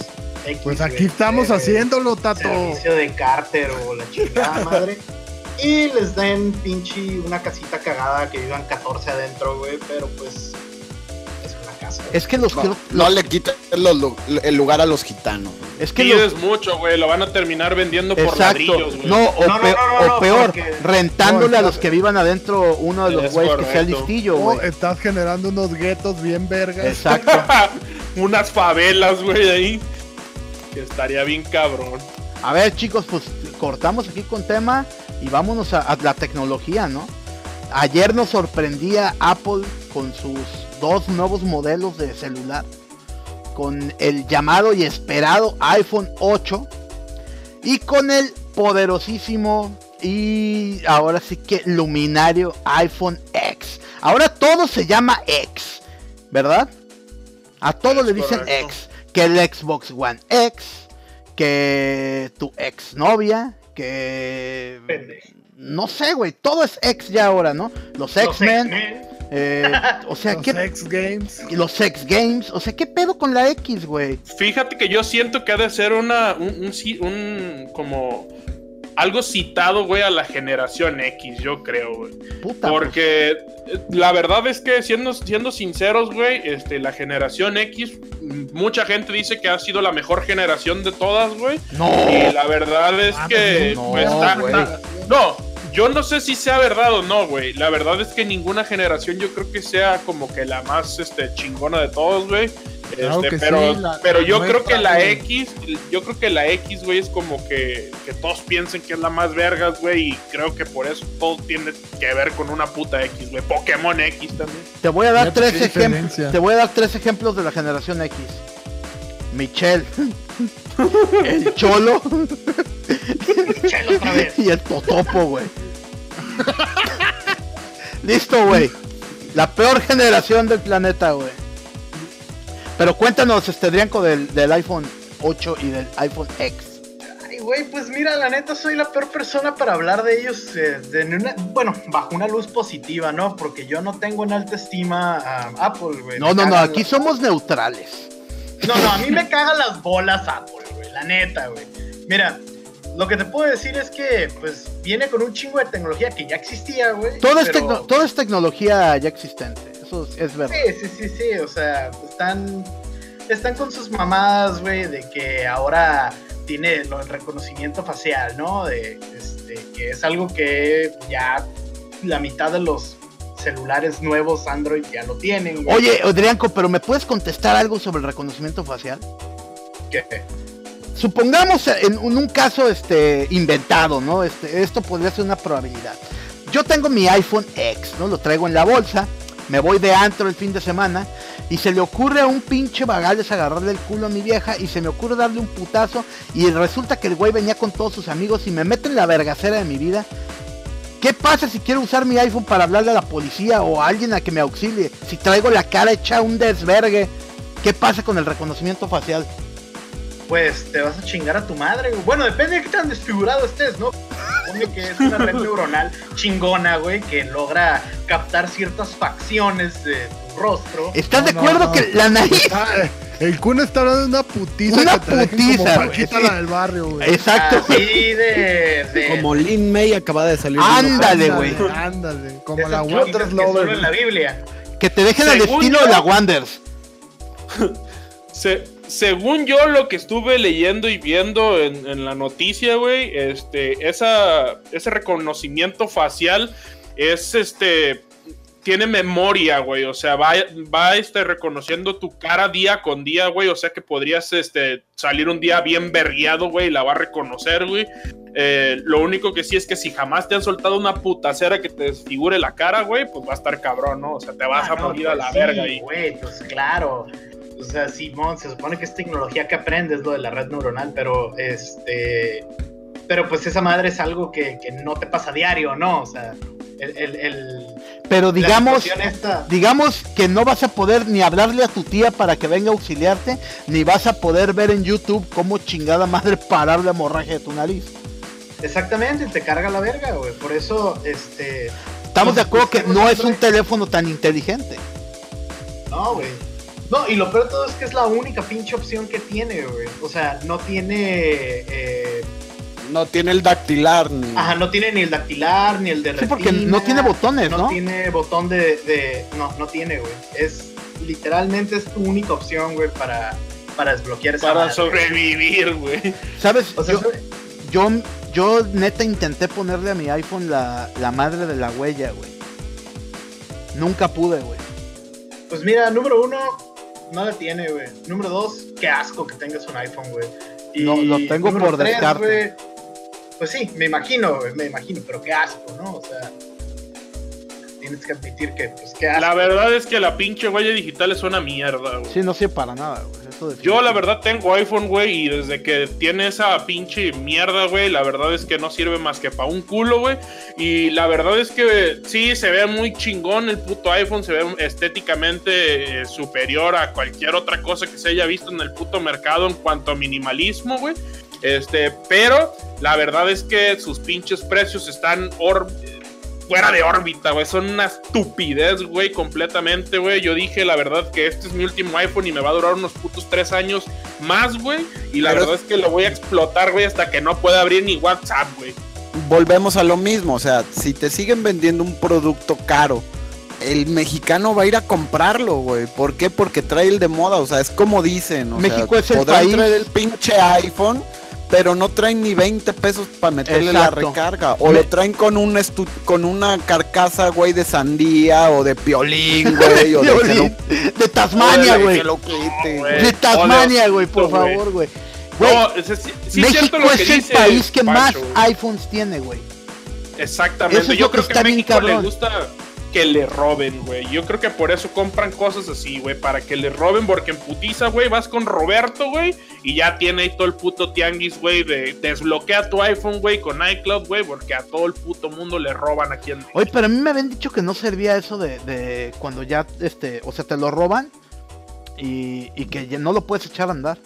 Speaker 5: X,
Speaker 3: Pues
Speaker 5: güey,
Speaker 3: aquí estamos
Speaker 5: eh,
Speaker 3: haciéndolo, Tato.
Speaker 5: Servicio de cárter o la
Speaker 1: (laughs)
Speaker 5: chingada madre. Y les den pinche una casita cagada que vivan 14 adentro, güey, pero pues es una casa. güey.
Speaker 1: Es que los quiero-
Speaker 2: No le quiten los lu- el lugar a los gitanos.
Speaker 1: es que los-
Speaker 4: Pides mucho, güey. Lo van a terminar vendiendo por
Speaker 1: Exacto.
Speaker 4: ladrillos, güey.
Speaker 1: No, o,
Speaker 5: No, no,
Speaker 1: pe-
Speaker 5: no, no,
Speaker 1: o
Speaker 5: no,
Speaker 1: peor,
Speaker 5: porque-
Speaker 1: rentándole
Speaker 3: No,
Speaker 1: a los
Speaker 3: está-
Speaker 1: que vivan adentro uno de los
Speaker 4: Es
Speaker 1: güeyes que sea
Speaker 4: correcto.
Speaker 1: listillo,
Speaker 3: Oh,
Speaker 1: güey.
Speaker 3: estás generando unos guetos bien vergas.
Speaker 5: (laughs)
Speaker 1: Exacto.
Speaker 4: Unas favelas, güey, ahí. Que estaría bien cabrón.
Speaker 1: A ver, chicos, pues cortamos aquí con tema y vámonos a, a la tecnología, ¿no? Ayer nos sorprendía Apple con sus dos nuevos modelos de celular, con el llamado y esperado iPhone 8 y con el poderosísimo y ahora sí que luminario iPhone X. Ahora todo se llama X, ¿verdad? A todo
Speaker 4: Es
Speaker 1: le dicen
Speaker 4: correcto.
Speaker 1: X. Que el Xbox One X, que tu ex novia, que...
Speaker 5: Pendejo.
Speaker 1: No sé, güey, todo es X ya ahora, ¿no? Los
Speaker 5: Los
Speaker 1: X-Men,
Speaker 5: X-Men.
Speaker 1: eh, o sea,
Speaker 3: Los
Speaker 1: ¿qué...
Speaker 3: X Games.
Speaker 1: y los X Games, o sea, ¿qué pedo con la X, güey?
Speaker 4: Fíjate que yo siento que ha de ser una, un, un ci- un- como algo citado, güey, a la generación X, yo creo, güey.
Speaker 1: Puta. pues,
Speaker 4: Porque eh, la verdad es que siendo, siendo sinceros, güey, este, la generación X, m- mucha gente dice que ha sido la mejor generación de todas, güey.
Speaker 1: pues. No. Ah,
Speaker 4: Y la verdad es que
Speaker 1: no,
Speaker 4: pues, está-
Speaker 1: güey.
Speaker 4: está- no, yo no sé si sea verdad o no, güey. La verdad es que ninguna generación yo creo que sea como que la más este, chingona de todos, güey.
Speaker 3: Claro
Speaker 4: Este,
Speaker 3: que
Speaker 4: pero,
Speaker 3: sí, la-
Speaker 4: pero yo
Speaker 3: no
Speaker 4: creo
Speaker 3: es
Speaker 4: que la
Speaker 3: fácil.
Speaker 4: X, yo creo que la X, güey, es como que, que todos piensen que es la más vergas, güey, y creo que por eso todo tiene que ver con una puta X, güey. Pokémon X también.
Speaker 1: Te voy a dar
Speaker 3: Fíjate
Speaker 1: tres
Speaker 3: qué
Speaker 1: ejemplos.
Speaker 3: diferencia.
Speaker 1: Te voy a dar tres ejemplos de la generación X. Michelle, el Cholo
Speaker 5: Chelo otra vez.
Speaker 1: y el Totopo, güey. Listo, güey. La peor generación del planeta, güey. Pero cuéntanos, este Drianco, del, del iPhone 8 y del iPhone X.
Speaker 5: Ay, güey, pues mira, la neta soy la peor persona para hablar de ellos. eh, de en una- bueno, bajo una luz positiva, ¿no? Porque yo no tengo en alta estima a Apple, güey.
Speaker 1: No, no,
Speaker 5: Me
Speaker 1: no,
Speaker 5: cagan
Speaker 1: aquí
Speaker 5: las-
Speaker 1: somos neutrales.
Speaker 5: No, no, a mí me cagan las bolas Apple, güey, la neta, güey. Mira, lo que te puedo decir es que, pues, viene con un chingo de tecnología que ya existía, güey.
Speaker 1: Todo es,
Speaker 5: pero-
Speaker 1: tecno- todo es tecnología ya existente. Eso es, es verdad.
Speaker 5: Sí, sí, sí, sí, o sea, están, están con sus mamadas, güey, de que ahora tiene lo- el reconocimiento facial, ¿no? De, este, que es algo que ya la mitad de los celulares nuevos Android ya lo tienen, güey.
Speaker 1: Oye, Adrianco, pero ¿me puedes contestar algo sobre el reconocimiento facial?
Speaker 5: Que-
Speaker 1: Supongamos en un, un caso este, inventado, ¿no? Este, esto podría ser una probabilidad. Yo tengo mi iPhone X, ¿no? Lo traigo en la bolsa, me voy de antro el fin de semana y se le ocurre a un pinche vagales agarrarle el culo a mi vieja y se me ocurre darle un putazo y resulta que el güey venía con todos sus amigos y me mete en la vergacera de mi vida. ¿Qué pasa si quiero usar mi iPhone para hablarle a la policía o a alguien a que me auxilie? Si traigo la cara hecha un desvergue, ¿qué pasa con el reconocimiento facial?
Speaker 5: pues te vas a chingar a tu madre, güey. Bueno, depende de qué tan desfigurado estés, ¿no? Supone que es una red neuronal chingona, güey, que logra captar ciertas facciones de tu rostro.
Speaker 1: ¿Estás
Speaker 3: No,
Speaker 1: de
Speaker 3: no,
Speaker 1: acuerdo
Speaker 3: no.
Speaker 1: que la nariz?
Speaker 3: Ah, el Kun está hablando de una putiza.
Speaker 1: Una
Speaker 3: que te dejen
Speaker 1: putiza, güey,
Speaker 3: Como Paquita
Speaker 1: sí.
Speaker 3: la del barrio,
Speaker 4: Ah,
Speaker 3: güey.
Speaker 1: Exacto, güey.
Speaker 5: Así de. de
Speaker 2: Como Lin May acaba de salir. de un
Speaker 1: Ándale,
Speaker 2: ojo.
Speaker 1: güey.
Speaker 3: Ándale.
Speaker 5: de
Speaker 3: Como
Speaker 5: esas
Speaker 3: la
Speaker 5: cosas
Speaker 3: Water
Speaker 5: que solo en la
Speaker 3: Lover.
Speaker 5: Biblia.
Speaker 1: Que te dejen al
Speaker 4: Según
Speaker 1: estilo
Speaker 4: yo-
Speaker 1: de la Wanders.
Speaker 4: Se- según yo lo que estuve leyendo y viendo en, en la noticia, güey, este, esa, ese reconocimiento facial es, este, tiene memoria, güey, o sea, va, va, este, reconociendo tu cara día con día, güey, o sea que podrías, este, salir un día bien berriado, güey, y la va a reconocer, güey. Eh, lo único que sí es que si jamás te han soltado una putacera que te desfigure la cara, güey, pues va a estar cabrón, ¿no? O sea, te vas
Speaker 5: Ah,
Speaker 4: a
Speaker 5: no,
Speaker 4: morir a
Speaker 5: pues
Speaker 4: la
Speaker 5: sí,
Speaker 4: verga y
Speaker 5: Güey, pues claro. O sea, Simón, se supone que es tecnología que aprendes lo de la red neuronal, pero este. Pero pues esa madre es algo que, que no te pasa diario, ¿no? O sea, el. el, el-
Speaker 1: Pero
Speaker 5: la
Speaker 1: digamos,
Speaker 5: situación esta-
Speaker 1: digamos que no vas a poder ni hablarle a tu tía para que venga a auxiliarte, ni vas a poder ver en YouTube cómo chingada madre parar la hemorragia de tu nariz.
Speaker 5: Exactamente, te carga la verga, güey. Por eso, este.
Speaker 1: Estamos de acuerdo que
Speaker 5: Pues,
Speaker 1: no
Speaker 5: pues,
Speaker 1: es un teléfono tan inteligente.
Speaker 5: No, güey. No, y lo peor de todo es que es la única pinche opción que tiene, güey. O sea, no tiene. eh,
Speaker 2: No tiene el dactilar. ni-
Speaker 5: Ajá, no tiene ni el dactilar, ni el de
Speaker 1: Sí, porque
Speaker 5: retina,
Speaker 1: no tiene botones, ¿no?
Speaker 5: tiene botón de, de- No, no tiene, güey. Es... Literalmente es tu única opción, güey, para, para desbloquear esa
Speaker 4: para
Speaker 5: madre.
Speaker 4: sobrevivir, güey.
Speaker 1: ¿Sabes?
Speaker 5: O sea,
Speaker 1: Yo-
Speaker 5: eso-
Speaker 1: Yo, yo neta intenté ponerle a mi iPhone la, la madre de la huella, güey. Nunca pude, güey.
Speaker 5: pues mira, número uno, no la tiene, güey. Número dos, qué asco que tengas un iPhone, güey. Y
Speaker 1: Lo- lo tengo
Speaker 5: número
Speaker 1: por
Speaker 5: tres,
Speaker 1: descarte.
Speaker 5: güey, Pues sí, me imagino, güey, me imagino, pero qué asco, ¿no? O sea, tienes que admitir que, pues qué asco.
Speaker 4: La verdad es que la pinche huella digital es una mierda, güey.
Speaker 1: Sí, no sirve para nada, güey. Eso
Speaker 4: Yo
Speaker 1: definitivamente.
Speaker 4: la verdad tengo iPhone, güey, y desde que tiene esa pinche mierda, güey, la verdad es que no sirve más que para un culo, güey. Y la verdad es que sí, se ve muy chingón el puto iPhone, se ve estéticamente eh, superior a cualquier otra cosa que se haya visto en el puto mercado en cuanto a minimalismo, güey. Este, pero la verdad es que sus pinches precios están or- fuera de órbita, güey. Son una estupidez, güey, completamente, güey. Yo dije, la verdad, que este es mi último iPhone y me va a durar unos putos tres años más, güey. Y la
Speaker 2: Pero-
Speaker 4: verdad es que lo voy a explotar, güey, hasta que no pueda abrir ni WhatsApp, güey.
Speaker 2: volvemos a lo mismo, o sea, si te siguen vendiendo un producto caro, el mexicano va a ir a comprarlo, güey. ¿Por qué? Porque trae el de moda, o sea, es como dicen, o
Speaker 1: México
Speaker 2: sea,
Speaker 1: es el
Speaker 2: podrán
Speaker 1: país.
Speaker 2: traer el pinche iPhone, pero no traen ni 20 pesos para meterle
Speaker 1: Exacto.
Speaker 2: la recarga, o lo traen con un estu- con una carcasa, güey, de sandía o de piolín, güey, o de que
Speaker 1: Violín. De Tasmania,
Speaker 4: Órale,
Speaker 1: güey.
Speaker 4: que lo quite, güey.
Speaker 1: De Tasmania, güey, por
Speaker 4: Joder,
Speaker 1: favor, güey. Güey,
Speaker 4: No, es- es- sí- sí es
Speaker 1: México
Speaker 4: cierto lo que
Speaker 1: es el
Speaker 4: dice
Speaker 1: país que más
Speaker 4: Pancho, güey.
Speaker 1: iPhones tiene, güey.
Speaker 4: Exactamente.
Speaker 1: Eso es lo
Speaker 4: Yo
Speaker 1: que
Speaker 4: creo que
Speaker 1: está
Speaker 4: a
Speaker 1: bien
Speaker 4: México le
Speaker 1: cabrón.
Speaker 4: gusta que le roben, güey. Yo creo que por eso compran cosas así, güey. Para que le roben, porque en putiza, güey, vas con Roberto, güey. Y ya tiene ahí todo el puto tianguis, güey. De desbloquea tu iPhone, güey, con iCloud, güey. Porque a todo el puto mundo le roban aquí en
Speaker 1: Oye, pero a mí me habían dicho que no servía eso de, de cuando ya, este, o sea, te lo roban y, y que ya no lo puedes echar a andar.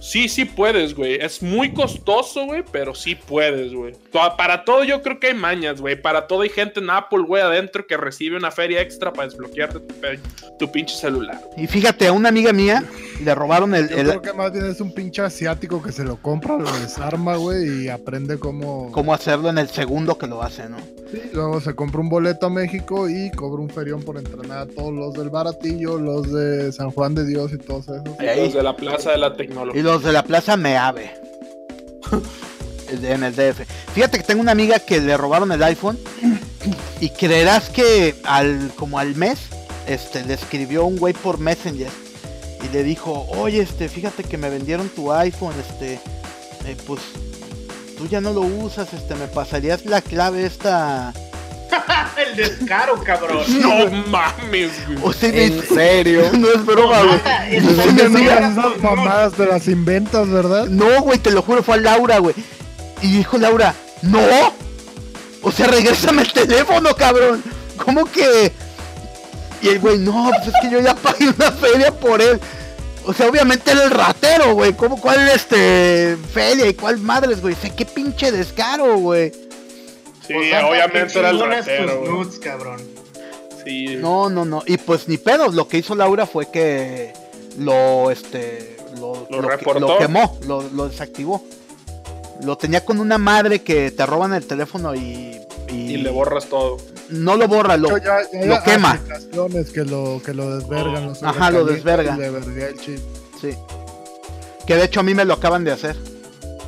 Speaker 4: Sí, sí puedes, güey. Es muy costoso, güey, pero sí puedes, güey. To- Para todo yo creo que hay mañas, güey. Para todo hay gente en Apple, güey, adentro que recibe una feria extra para desbloquearte tu, pe- tu pinche celular.
Speaker 1: Y fíjate, a una amiga mía le robaron el,
Speaker 3: Yo
Speaker 1: el-
Speaker 3: creo que más bien es un pinche asiático que se lo compra, lo desarma, güey, y aprende cómo.
Speaker 1: cómo hacerlo en el segundo que lo hace, ¿no?
Speaker 3: Sí, Luego se compra un boleto a México y cobra un ferión por entrenar a todos los del Baratillo, los de San Juan de Dios y todos esos.
Speaker 1: Ey.
Speaker 4: Los de la plaza de
Speaker 1: (laughs)
Speaker 4: la
Speaker 1: Y
Speaker 4: tecnología.
Speaker 1: los de la plaza Meave. (laughs) El de- en el DF. Fíjate que tengo una amiga que le robaron el iPhone. Y creerás que al como al mes, este, le escribió un güey por Messenger. Y le dijo, oye, este, fíjate que me vendieron tu iPhone, este, eh, pues tú ya no lo usas, este, me pasarías la clave esta.
Speaker 5: (laughs) El descaro, cabrón.
Speaker 4: No mames, güey.
Speaker 1: O sea,
Speaker 2: En
Speaker 1: es-
Speaker 2: serio.
Speaker 1: (laughs) no es broma, güey.
Speaker 5: Nada,
Speaker 3: Y
Speaker 5: es-
Speaker 3: tú
Speaker 1: Sí,
Speaker 3: te
Speaker 1: sí,
Speaker 3: sacas
Speaker 5: sí.
Speaker 3: esas mamadas, te las inventas, ¿verdad?
Speaker 1: No, güey, te lo juro, fue a Laura, güey. Y dijo Laura, no. O sea, regrésame el teléfono, cabrón. ¿Cómo que? Y el güey, no, pues es que yo ya pagué una feria por él. O sea, obviamente era el ratero, güey. ¿Cómo, cuál, este, feria y cuál madres, güey? O sea, qué pinche descaro, güey.
Speaker 4: Sí,
Speaker 5: Pues, anda,
Speaker 4: obviamente
Speaker 5: qué
Speaker 4: era el
Speaker 5: chingonas
Speaker 4: ratero,
Speaker 5: tus
Speaker 4: güey.
Speaker 5: nudes, cabrón.
Speaker 4: Sí.
Speaker 1: pues, No, no, no. Y pues ni pedos, lo que hizo Laura fue que lo, este, lo,
Speaker 4: Lo
Speaker 1: que-
Speaker 4: reportó.
Speaker 1: lo quemó, lo, lo desactivó. Lo tenía con una madre que te roban el teléfono y, y-
Speaker 4: Y le borras todo.
Speaker 1: no lo borra, lo,
Speaker 3: Yo ya- ya hay
Speaker 1: lo quema. Oh.
Speaker 3: aplicaciones Que lo, que lo desvergan. los
Speaker 1: Ajá, lo desverga.
Speaker 3: sobrecalientan, le vergué el chip.
Speaker 1: sí. Que de hecho a mí me lo acaban de hacer,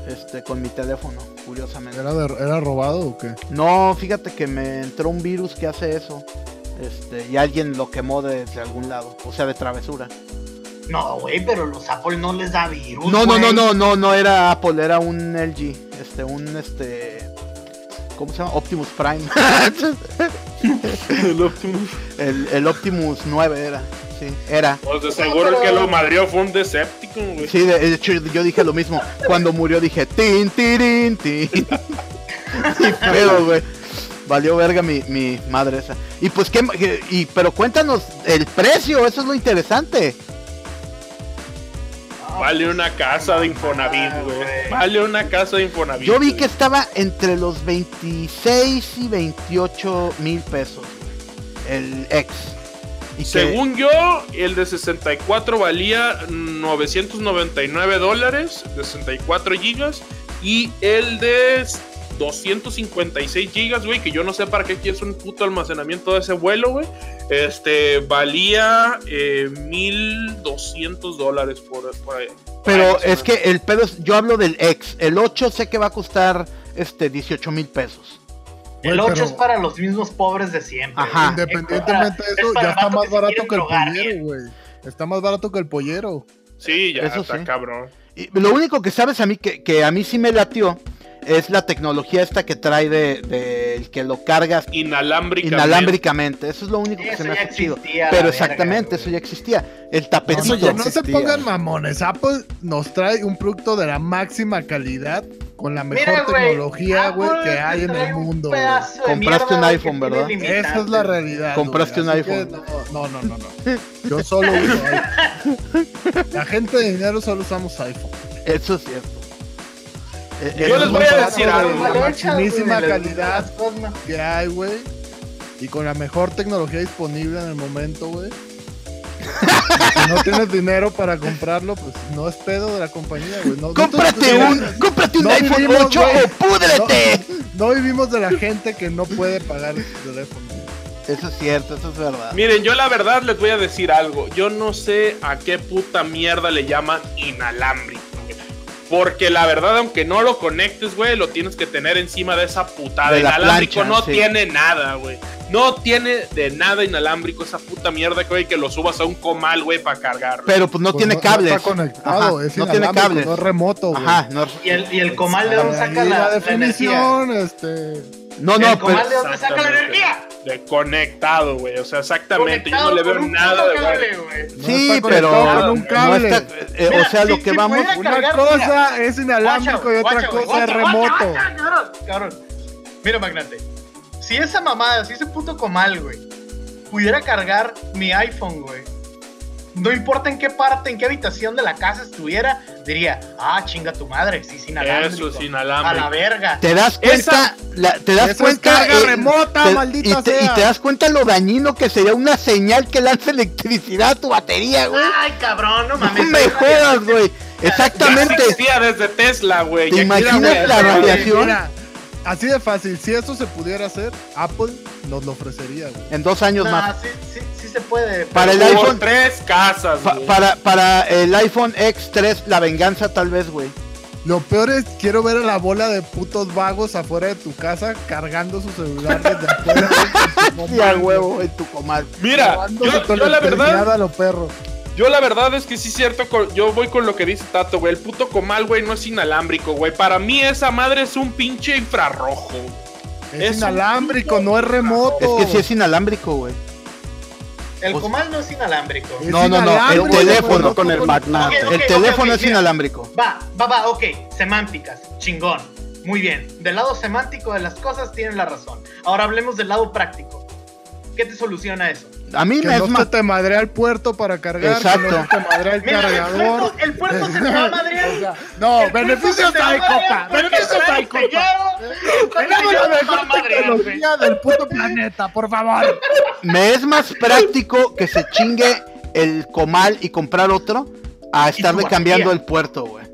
Speaker 1: este, con mi teléfono, curiosamente.
Speaker 3: ¿Era, de- ¿Era robado o qué?
Speaker 1: No, fíjate que me entró un virus que hace eso, este, y alguien lo quemó desde algún lado, o sea, de travesura.
Speaker 5: No, güey, pero los Apple no les da virus.
Speaker 1: No, no,
Speaker 5: güey.
Speaker 1: no, no, no, no era Apple, era un LG, este, un este, ¿cómo se llama? Optimus Prime.
Speaker 4: (laughs) El Optimus.
Speaker 1: el, el Optimus 9 era, sí, era.
Speaker 4: Pues de seguro el que lo madrió fue un Decepticon, güey.
Speaker 1: Sí, de de hecho yo dije lo mismo. Cuando murió dije tin, tirin, tin. (laughs) Y pedo, güey. Valió verga mi, mi madre esa. Y pues qué, ma- qué- y, pero cuéntanos el precio, eso es lo interesante.
Speaker 5: No,
Speaker 4: Vale
Speaker 5: pues,
Speaker 4: una casa de Infonavit,
Speaker 5: Ah,
Speaker 4: güey.
Speaker 5: güey.
Speaker 4: Vale una casa de Infonavit.
Speaker 1: Yo vi
Speaker 4: güey.
Speaker 1: que estaba entre los 26 y 28 mil pesos. El ex. Y que-
Speaker 4: Según yo, el de 64 valía 999 dólares, de 64 gigas, y el de 256 gigas, güey, que yo no sé para qué quieres un puto almacenamiento de ese vuelo, güey, este, valía eh, 1200 dólares por, por ahí.
Speaker 1: pero
Speaker 4: Ay,
Speaker 1: es que el pedo es, yo hablo del ex. El 8 sé que va a costar este 18 mil pesos.
Speaker 5: El
Speaker 3: Güey,
Speaker 5: 8
Speaker 3: pero-
Speaker 5: es para los mismos pobres de siempre.
Speaker 1: Ajá.
Speaker 5: güey.
Speaker 3: Independientemente de
Speaker 5: Es
Speaker 3: eso,
Speaker 5: Ah, para
Speaker 3: ya está
Speaker 5: vatos
Speaker 3: más
Speaker 5: se
Speaker 3: barato
Speaker 5: quieren
Speaker 3: que el
Speaker 5: drogar, eh.
Speaker 3: pollero, güey. Está más barato que el pollero.
Speaker 4: Sí, ya
Speaker 1: Eso
Speaker 4: está
Speaker 1: sí.
Speaker 4: cabrón.
Speaker 1: Y lo único que sabes a mí que, que a mí sí me latió es la tecnología esta que trae de, de- el que lo cargas
Speaker 4: Inalámbricamente.
Speaker 1: inalámbricamente. Eso es lo único que
Speaker 5: Eso
Speaker 1: se me
Speaker 5: ya
Speaker 1: hace chido.
Speaker 5: existía,
Speaker 1: Pero
Speaker 5: la
Speaker 1: exactamente,
Speaker 5: verga,
Speaker 1: eso ya existía. El
Speaker 3: No,
Speaker 1: tapetito.
Speaker 2: Eso ya
Speaker 3: no se
Speaker 2: existía.
Speaker 3: pongan mamones. Apple nos trae un producto de la máxima calidad con la mejor
Speaker 5: Mira, güey,
Speaker 3: tecnología, güey,
Speaker 5: Apple
Speaker 3: que
Speaker 5: te
Speaker 3: hay en
Speaker 5: trae
Speaker 3: el
Speaker 5: un
Speaker 3: mundo. güey.
Speaker 5: pedazo de
Speaker 1: Compraste
Speaker 5: mierda,
Speaker 1: un
Speaker 5: güey, que
Speaker 1: iPhone,
Speaker 5: tiene
Speaker 1: ¿verdad?
Speaker 5: limitantes,
Speaker 3: Esa es la
Speaker 5: güey.
Speaker 3: realidad.
Speaker 1: Compraste
Speaker 3: güey,
Speaker 1: un
Speaker 3: así que
Speaker 1: iPhone.
Speaker 3: No, no, no, no, no. Yo solo uso iPhone. La gente de dinero solo usamos iPhone.
Speaker 1: Eso es cierto. Eh,
Speaker 4: Yo
Speaker 1: eso
Speaker 4: les
Speaker 1: es
Speaker 4: voy
Speaker 1: muy
Speaker 4: a
Speaker 1: barato,
Speaker 4: decir
Speaker 1: güey.
Speaker 5: Mal
Speaker 4: algo.
Speaker 5: hechas,
Speaker 3: La
Speaker 5: güey,
Speaker 3: maximísima
Speaker 5: de las
Speaker 3: calidad.
Speaker 5: cosas.
Speaker 3: Que hay, güey. Y con la mejor tecnología disponible en el momento, güey. Si no tienes dinero para comprarlo, pues no es pedo de la compañía, güey. No- no te-
Speaker 1: Cómprate un, cómprate un
Speaker 3: (laughs) No
Speaker 1: iPhone
Speaker 3: vivimos,
Speaker 1: 8
Speaker 3: güey.
Speaker 1: o púdrete.
Speaker 3: No vivimos de la gente que no puede pagar su teléfono.
Speaker 1: Eso es cierto, eso es verdad.
Speaker 4: Miren, yo la verdad les voy a decir algo. Yo no sé a qué puta mierda le llaman inalámbrico. güey. Porque la verdad, aunque no lo conectes, güey, lo tienes que tener encima de esa putada.
Speaker 1: De la
Speaker 4: inalámbrico
Speaker 1: plancha,
Speaker 4: no
Speaker 1: sí.
Speaker 4: tiene nada, güey. No tiene de nada inalámbrico esa puta mierda, güey, que lo subas a un comal, güey, para cargarlo.
Speaker 1: Pero pues no
Speaker 3: Pues
Speaker 1: tiene cables.
Speaker 3: está conectado,
Speaker 1: Ajá,
Speaker 3: es
Speaker 1: no tiene
Speaker 3: inalámbrico,
Speaker 1: cables.
Speaker 3: No es remoto, güey.
Speaker 1: Ajá, no,
Speaker 5: Y el, y el comal de
Speaker 3: Ahí
Speaker 5: dónde saca la,
Speaker 3: la
Speaker 5: la energía.
Speaker 3: definición, este.
Speaker 1: no, no,
Speaker 5: el
Speaker 1: pero
Speaker 5: comal de dónde saca la
Speaker 4: Exactamente.
Speaker 5: energía.
Speaker 4: De conectado, güey. O sea, exactamente. Yo no
Speaker 5: Conectado
Speaker 4: le
Speaker 5: con
Speaker 4: veo
Speaker 5: un
Speaker 4: nada
Speaker 5: puto
Speaker 4: de
Speaker 5: cable,
Speaker 4: bueno.
Speaker 5: güey.
Speaker 3: No
Speaker 1: sí,
Speaker 3: está
Speaker 1: pero
Speaker 3: conectado con un
Speaker 1: no
Speaker 3: cable.
Speaker 1: está- eh,
Speaker 5: Mira,
Speaker 1: o sea, lo
Speaker 5: si-
Speaker 1: que
Speaker 5: si
Speaker 1: vamos,
Speaker 5: pudiera
Speaker 3: Una
Speaker 5: cargar,
Speaker 3: cosa
Speaker 5: mira.
Speaker 3: es inalámbrico y otra
Speaker 5: Guacha, güey,
Speaker 3: cosa es
Speaker 5: guacha, guacha,
Speaker 3: remoto.
Speaker 5: guacha, cabrón, cabrón. Mira, magnate. Si esa mamada, si ese puto comal, güey, pudiera cargar mi iPhone, güey. No importa en qué parte, en qué habitación de la casa estuviera, diría, ah, chinga tu madre, sí, sin
Speaker 4: Eso es
Speaker 5: A la
Speaker 4: inalámbrico.
Speaker 5: verga.
Speaker 1: te das cuenta, la- te das
Speaker 3: Eso es
Speaker 1: cuenta eh,
Speaker 3: carga remota,
Speaker 1: te-
Speaker 3: maldita
Speaker 1: y te,
Speaker 3: sea.
Speaker 1: y te das cuenta lo dañino que sería una señal que lanza electricidad a tu batería, güey.
Speaker 5: Ay, cabrón, no
Speaker 3: Ah,
Speaker 1: No
Speaker 5: mames.
Speaker 1: me jodas, güey.
Speaker 4: Ya
Speaker 1: Exactamente.
Speaker 4: existía desde Tesla, güey.
Speaker 1: ¿Te
Speaker 4: Y aquí la
Speaker 1: imaginas
Speaker 4: verga,
Speaker 1: la
Speaker 4: güey.
Speaker 1: radiación?
Speaker 3: Mira, así de fácil. Si esto se pudiera hacer, Apple nos lo ofrecería, güey.
Speaker 1: En dos años
Speaker 5: Nah,
Speaker 1: más.
Speaker 5: sí, sí, sí se puede.
Speaker 1: Para el
Speaker 5: pero-
Speaker 4: Hubo
Speaker 1: iPhone-
Speaker 4: tres casas,
Speaker 1: Pa-
Speaker 4: güey.
Speaker 1: para, para el iPhone X3, la venganza tal vez, güey.
Speaker 3: Lo peor es, quiero ver a la bola de putos vagos afuera de tu casa cargando su celular desde afuera.
Speaker 1: (laughs)
Speaker 3: güey.
Speaker 1: Sí, a huevo, en tu comal.
Speaker 4: Mira,
Speaker 3: Robando
Speaker 4: yo,
Speaker 3: su
Speaker 4: yo la verdad,
Speaker 3: electricidad a los perros.
Speaker 4: yo la verdad es que sí es cierto, con- yo voy con lo que dice Tato, güey. El puto comal, güey, no es inalámbrico, güey. Para mí esa madre es un pinche infrarrojo.
Speaker 3: Es,
Speaker 4: Es un
Speaker 3: inalámbrico, no es remoto.
Speaker 1: Es que sí es inalámbrico, güey.
Speaker 5: El
Speaker 1: Pues-
Speaker 5: comal no es inalámbrico.
Speaker 3: Es
Speaker 1: No, no, no, el
Speaker 3: inalámbrico,
Speaker 1: teléfono
Speaker 3: güey,
Speaker 2: con el
Speaker 3: tú
Speaker 2: magnate.
Speaker 5: Ok,
Speaker 1: El
Speaker 5: ok,
Speaker 1: teléfono
Speaker 5: ok,
Speaker 1: es
Speaker 5: mira.
Speaker 1: inalámbrico.
Speaker 5: Va, va, va, ok. Semánticas, chingón. Muy bien. Del lado semántico de las cosas tienen la razón. Ahora hablemos del lado práctico. ¿Qué te soluciona eso?
Speaker 1: A mí
Speaker 3: Que
Speaker 1: me es
Speaker 3: no se
Speaker 1: más.
Speaker 3: te madrea el puerto para cargar. que no
Speaker 1: Exacto.
Speaker 3: se te madrea el
Speaker 5: Mira, el
Speaker 3: cargador.
Speaker 5: puerto- el puerto se te va a
Speaker 1: (laughs)
Speaker 5: madrear.
Speaker 3: O sea, no,
Speaker 5: El
Speaker 3: beneficios
Speaker 5: puerto se
Speaker 3: hay,
Speaker 5: te va a
Speaker 3: copa.
Speaker 5: madrear porque
Speaker 3: Beneficios
Speaker 5: trae
Speaker 3: hay,
Speaker 5: sellado,
Speaker 3: copa.
Speaker 5: trae
Speaker 3: Tenemos
Speaker 5: sellado
Speaker 3: la
Speaker 5: para
Speaker 3: mejor
Speaker 5: madrear,
Speaker 1: (laughs)
Speaker 5: güey.
Speaker 3: tecnología del puto planeta, por favor.
Speaker 1: Me es
Speaker 3: (laughs)
Speaker 1: más práctico que se chingue el comal y comprar otro a estarle
Speaker 5: tu
Speaker 1: cambiando
Speaker 5: batería.
Speaker 1: el puerto, güey.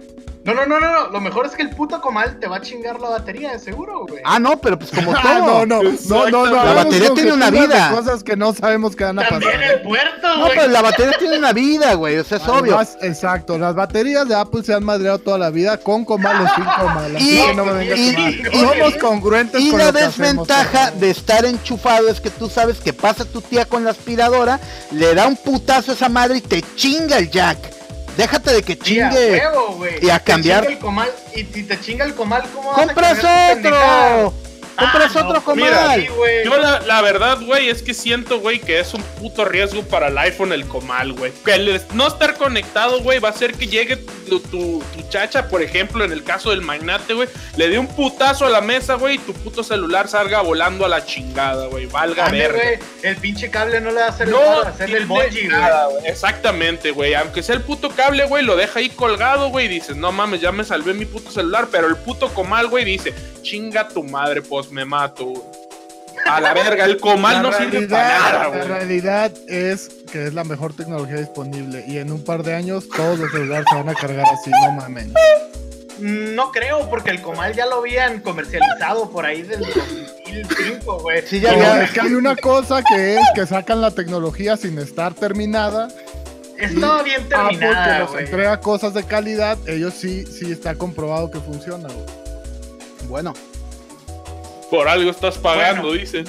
Speaker 5: No, no, no, no, no. Lo mejor es que el puto comal te va a chingar la batería, de seguro, güey.
Speaker 1: Ah, no, pero pues como
Speaker 3: (laughs) Ah,
Speaker 1: todo.
Speaker 3: no, no, no, no, no.
Speaker 4: La
Speaker 3: hagamos
Speaker 1: batería tiene una
Speaker 3: conjeturas de
Speaker 1: vida.
Speaker 3: Cosas que no sabemos que van a pasar.
Speaker 5: También el puerto,
Speaker 1: pues, No,
Speaker 5: güey.
Speaker 1: pero la batería tiene una vida, güey. O sea, es obvio.
Speaker 3: Además, exacto, las baterías de Apple se han madreado toda la vida con comal o sin comal. así
Speaker 1: Y-
Speaker 3: que no me vengas
Speaker 1: y-
Speaker 3: con-
Speaker 1: y-
Speaker 3: Somos congruentes
Speaker 1: Y
Speaker 3: con
Speaker 1: la
Speaker 3: lo que hacemos,
Speaker 1: desventaja
Speaker 3: por favor.
Speaker 1: de estar enchufado es que tú sabes que pasa tu tía con la aspiradora, le da un putazo a esa madre y te chinga el jack. Déjate de que
Speaker 5: Sí, a
Speaker 1: chingue.
Speaker 5: huevo, güey.
Speaker 1: Y a
Speaker 5: Te
Speaker 1: cambiar.
Speaker 5: chinga el comal, y si te chinga el comal, ¿cómo vas a
Speaker 1: ¡Compras
Speaker 5: cambiar tu pendejada?
Speaker 1: otro! ¡Compras
Speaker 5: Ah, no,
Speaker 1: otro
Speaker 4: mira,
Speaker 1: comal!
Speaker 5: Sí, güey.
Speaker 4: Yo la, la verdad, güey, es que siento, güey, que es un puto riesgo para el iPhone el comal, güey. Que el es- no estar conectado, güey, va a hacer que llegue tu, tu- tu chacha, por ejemplo, en el caso del magnate, güey, le dé un putazo a la mesa, güey, y tu puto celular salga volando a la chingada, güey. Valga
Speaker 5: Dale,
Speaker 4: verga.
Speaker 5: güey, el pinche cable no le va a hacer el paro,
Speaker 4: No,
Speaker 5: va a hacerle el
Speaker 4: tiene
Speaker 5: bungee, güey.
Speaker 4: nada, güey. Exactamente, güey. Aunque sea el puto cable, güey, lo deja ahí colgado, güey. y Dices, no mames, ya me salvé mi puto celular. Pero el puto comal, güey, dice, chinga tu madre, pues me mato, güey. A la verga, el
Speaker 3: La
Speaker 4: comal no sirve para nada,
Speaker 3: la
Speaker 4: güey.
Speaker 3: realidad es que es la mejor tecnología disponible y en un par de años todos los celulares se van a cargar así, no mamen.
Speaker 5: Mm, No creo, porque el comal ya lo habían comercializado por ahí del 2005, güey.
Speaker 1: Sí, ya
Speaker 3: Pero
Speaker 1: había-
Speaker 3: es que hay una cosa que es que sacan la tecnología sin estar terminada.
Speaker 5: Estaba
Speaker 1: Ah,
Speaker 3: Apple
Speaker 5: bien
Speaker 3: que
Speaker 5: terminada,
Speaker 3: Ah, nos
Speaker 5: güey.
Speaker 3: entrega cosas de calidad, ellos sí, sí está comprobado que funciona. güey.
Speaker 1: Bueno,
Speaker 4: Por algo estás pagando,
Speaker 5: Bueno.
Speaker 4: dicen.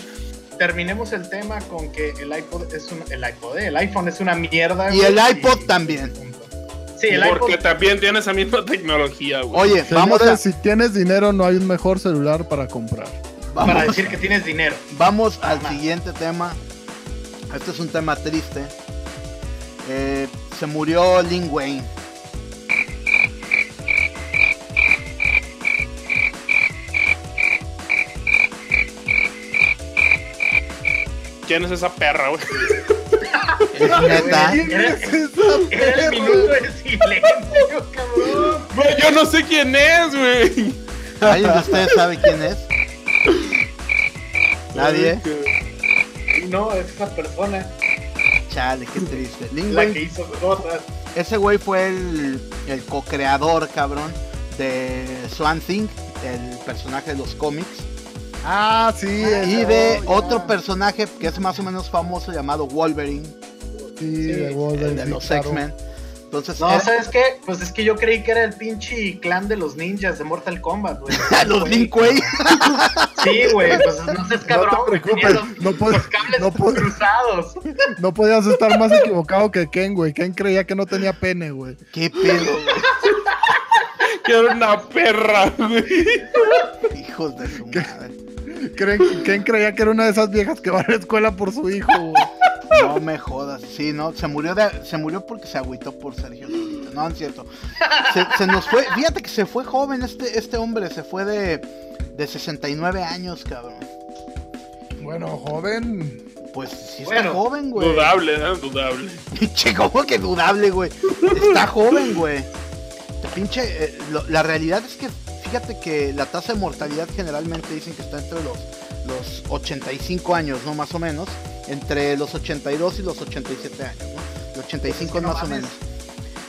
Speaker 5: Terminemos el tema con que el iPod es un... El iPod, eh, el iPhone es una mierda,
Speaker 1: Y
Speaker 5: güey,
Speaker 1: el iPod también.
Speaker 5: punto. Sí, el iPhone.
Speaker 4: Porque también tiene esa misma tecnología, güey.
Speaker 1: Oye,
Speaker 3: Señores,
Speaker 1: vamos a,
Speaker 3: si tienes dinero, no hay un mejor celular para comprar.
Speaker 1: vamos-
Speaker 5: Para decir que tienes dinero.
Speaker 1: (laughs) Vamos al siguiente tema. Este es un tema triste. Eh, se murió Lin Wayne.
Speaker 4: ¿Quién es esa perra, güey?
Speaker 5: (laughs)
Speaker 1: Es neta.
Speaker 5: Era, era el minuto de silencio, cabrón.
Speaker 4: Güey, yo no sé quién es, güey.
Speaker 1: ¿Alguien de ustedes sabe quién
Speaker 5: (laughs)
Speaker 1: es? Nadie.
Speaker 5: Y No, es esa persona
Speaker 1: Chale, qué
Speaker 3: (laughs)
Speaker 1: triste. Lin
Speaker 5: la que
Speaker 1: Wayne,
Speaker 5: hizo cosas.
Speaker 1: ese güey fue el, el co-creador, cabrón, de Swan Thing, el personaje de los cómics.
Speaker 3: Ah, sí.
Speaker 1: Y
Speaker 3: ese,
Speaker 1: de
Speaker 3: oh, ya.
Speaker 1: otro personaje que es más o menos famoso llamado Wolverine,
Speaker 3: Sí, de
Speaker 5: Sí,
Speaker 1: el
Speaker 3: Wolverine,
Speaker 1: de
Speaker 3: sí,
Speaker 1: los
Speaker 3: claro.
Speaker 1: X-Men. Entonces,
Speaker 5: No,
Speaker 1: era-
Speaker 5: ¿sabes qué? Pues es que yo creí que era el pinche clan de los ninjas de Mortal
Speaker 1: (laughs)
Speaker 5: Kombat, güey.
Speaker 1: Ah, los
Speaker 5: Güey.
Speaker 1: Link
Speaker 3: (laughs)
Speaker 1: Way.
Speaker 5: Sí, güey, pues
Speaker 1: (laughs)
Speaker 5: no seas cabrón.
Speaker 3: no te
Speaker 5: güey, tenía
Speaker 3: preocupes,
Speaker 5: los-
Speaker 3: no, pod-
Speaker 5: Los cables
Speaker 3: no
Speaker 1: (laughs)
Speaker 3: pod-
Speaker 5: cruzados.
Speaker 3: no podías estar más equivocado que Ken, güey. Ken creía que no tenía pene, güey.
Speaker 1: Qué pedo,
Speaker 4: Que era una perra, güey.
Speaker 1: güey? hijos de su madre.
Speaker 3: Creen- Ken creía que era una de esas viejas que va a la escuela por su hijo, güey.
Speaker 1: No me jodas. Sí, no, se murió de, se murió porque se agüitó por Sergio Lupita. No, no es cierto. Se, se nos fue, fíjate que se fue joven este, este hombre, se fue de, de 69 años, cabrón.
Speaker 3: Bueno, joven.
Speaker 1: Pues sí está
Speaker 5: Bueno,
Speaker 1: joven, güey. (laughs)
Speaker 4: Dudable, ¿eh? Dudable.
Speaker 1: Pinche, ¿cómo que dudable, güey? Está joven, güey. Te Pinche, eh, lo- la realidad es que, fíjate que la tasa de mortalidad generalmente dicen que está entre los, los 85 años, ¿no? Más o menos. Entre los 82 y los 87 años, ¿no? Los 85
Speaker 5: no
Speaker 1: más o
Speaker 5: mames.
Speaker 1: menos.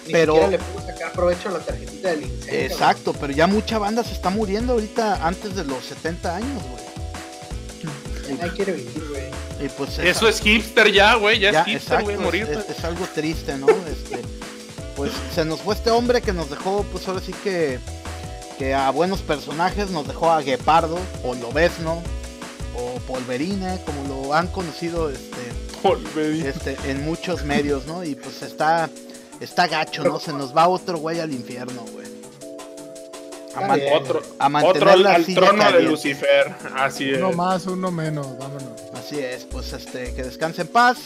Speaker 5: Ni
Speaker 1: Pero-
Speaker 5: siquiera le pudo sacar provecho a la tarjetita del incendio.
Speaker 1: Exacto, pero ya mucha banda se está muriendo ahorita antes de los 70 años, güey.
Speaker 5: güey. Nadie quiere vivir, güey.
Speaker 1: Y pues
Speaker 4: Eso es hipster ya, güey. Ya,
Speaker 1: Ya,
Speaker 4: es hipster, güey,
Speaker 1: exacto, es,
Speaker 4: morirte.
Speaker 1: es- es algo triste, ¿no? Este, pues se nos fue este hombre que nos dejó, pues ahora sí que, que a buenos personajes nos dejó a Guepardo, o Lobezno, o Polverine, como lo han conocido este,
Speaker 4: Polvedito.
Speaker 1: este, en muchos medios, ¿no? Y pues está, está gacho, ¿no? Se nos va otro güey al infierno, güey. A,
Speaker 5: Está
Speaker 1: man-
Speaker 5: bien.
Speaker 4: Otro,
Speaker 1: a
Speaker 4: otro
Speaker 1: mantener
Speaker 4: al,
Speaker 1: la
Speaker 4: al
Speaker 1: silla
Speaker 4: trono de
Speaker 1: caliente.
Speaker 4: Lucifer. Así es.
Speaker 3: Uno más, uno menos, vámonos.
Speaker 1: Así es, pues este, que descanse en paz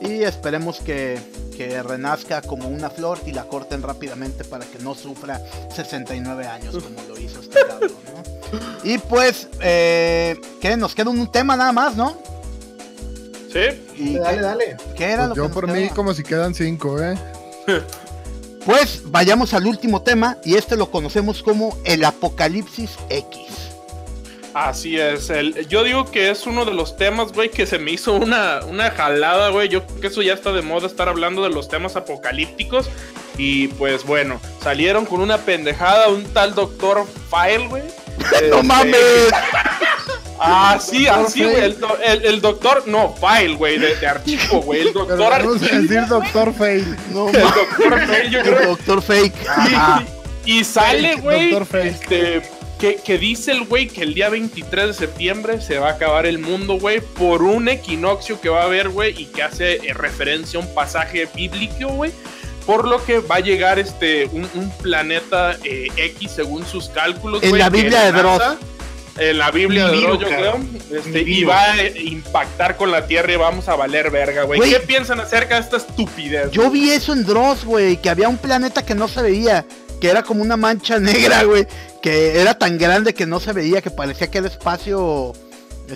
Speaker 1: y esperemos que, que renazca como una flor y la corten rápidamente para que no sufra 69 años como lo hizo este cabrón, ¿no? Y pues, eh, ¿qué? Nos queda un tema nada más, ¿no?
Speaker 4: Sí.
Speaker 1: ¿Y
Speaker 5: Dale,
Speaker 1: qué,
Speaker 5: dale.
Speaker 1: qué era lo
Speaker 3: Pues yo
Speaker 1: que nos
Speaker 3: por mí,
Speaker 1: quedaba?
Speaker 3: como si quedan cinco, ¿eh?
Speaker 1: Pues vayamos al último tema y este lo conocemos como el apocalipsis X.
Speaker 4: Así es. El, yo digo que es uno de los temas, güey, que se me hizo una, una jalada, güey. Yo creo que eso ya está de moda estar hablando de los temas apocalípticos. Y pues bueno, salieron con una pendejada un tal doctor File, güey.
Speaker 1: ¡No
Speaker 4: Este,
Speaker 1: mames!
Speaker 4: Así,
Speaker 3: Dr.
Speaker 4: así, güey. El, do- el- el doctor, no, File, güey, de, de archivo, güey. El
Speaker 3: Pero
Speaker 4: doctor archivo.
Speaker 3: vamos a decir Doctor Fail.
Speaker 1: No
Speaker 4: (laughs) El
Speaker 1: mames,
Speaker 4: doctor File, yo creo
Speaker 1: doctor fake. Ajá.
Speaker 4: (laughs) y, y sale,
Speaker 3: Fake,
Speaker 4: güey,
Speaker 3: Dr. Fake.
Speaker 4: este, que, que dice el güey que el día 23 de septiembre se va a acabar el mundo, güey, por un equinoccio que va a haber, güey, y que hace eh, referencia a un pasaje bíblico, güey. Por lo que va a llegar este un, un planeta eh, X según sus cálculos.
Speaker 1: En
Speaker 4: güey,
Speaker 1: la
Speaker 4: que
Speaker 1: Biblia de Dross.
Speaker 4: NASA- En la Biblia
Speaker 5: Ni
Speaker 4: de Dross,
Speaker 5: virus,
Speaker 4: yo creo.
Speaker 5: cabrón.
Speaker 4: Este,
Speaker 5: Ni
Speaker 4: y
Speaker 5: virus.
Speaker 4: va a impactar con la Tierra y vamos a valer verga, güey.
Speaker 1: Güey.
Speaker 4: ¿Qué piensan acerca de esta estupidez?
Speaker 1: Yo vi eso en Dross, güey, que había un planeta que no se veía, que era como una mancha (laughs) negra, güey, que era tan grande que no se veía, que parecía que era espacio,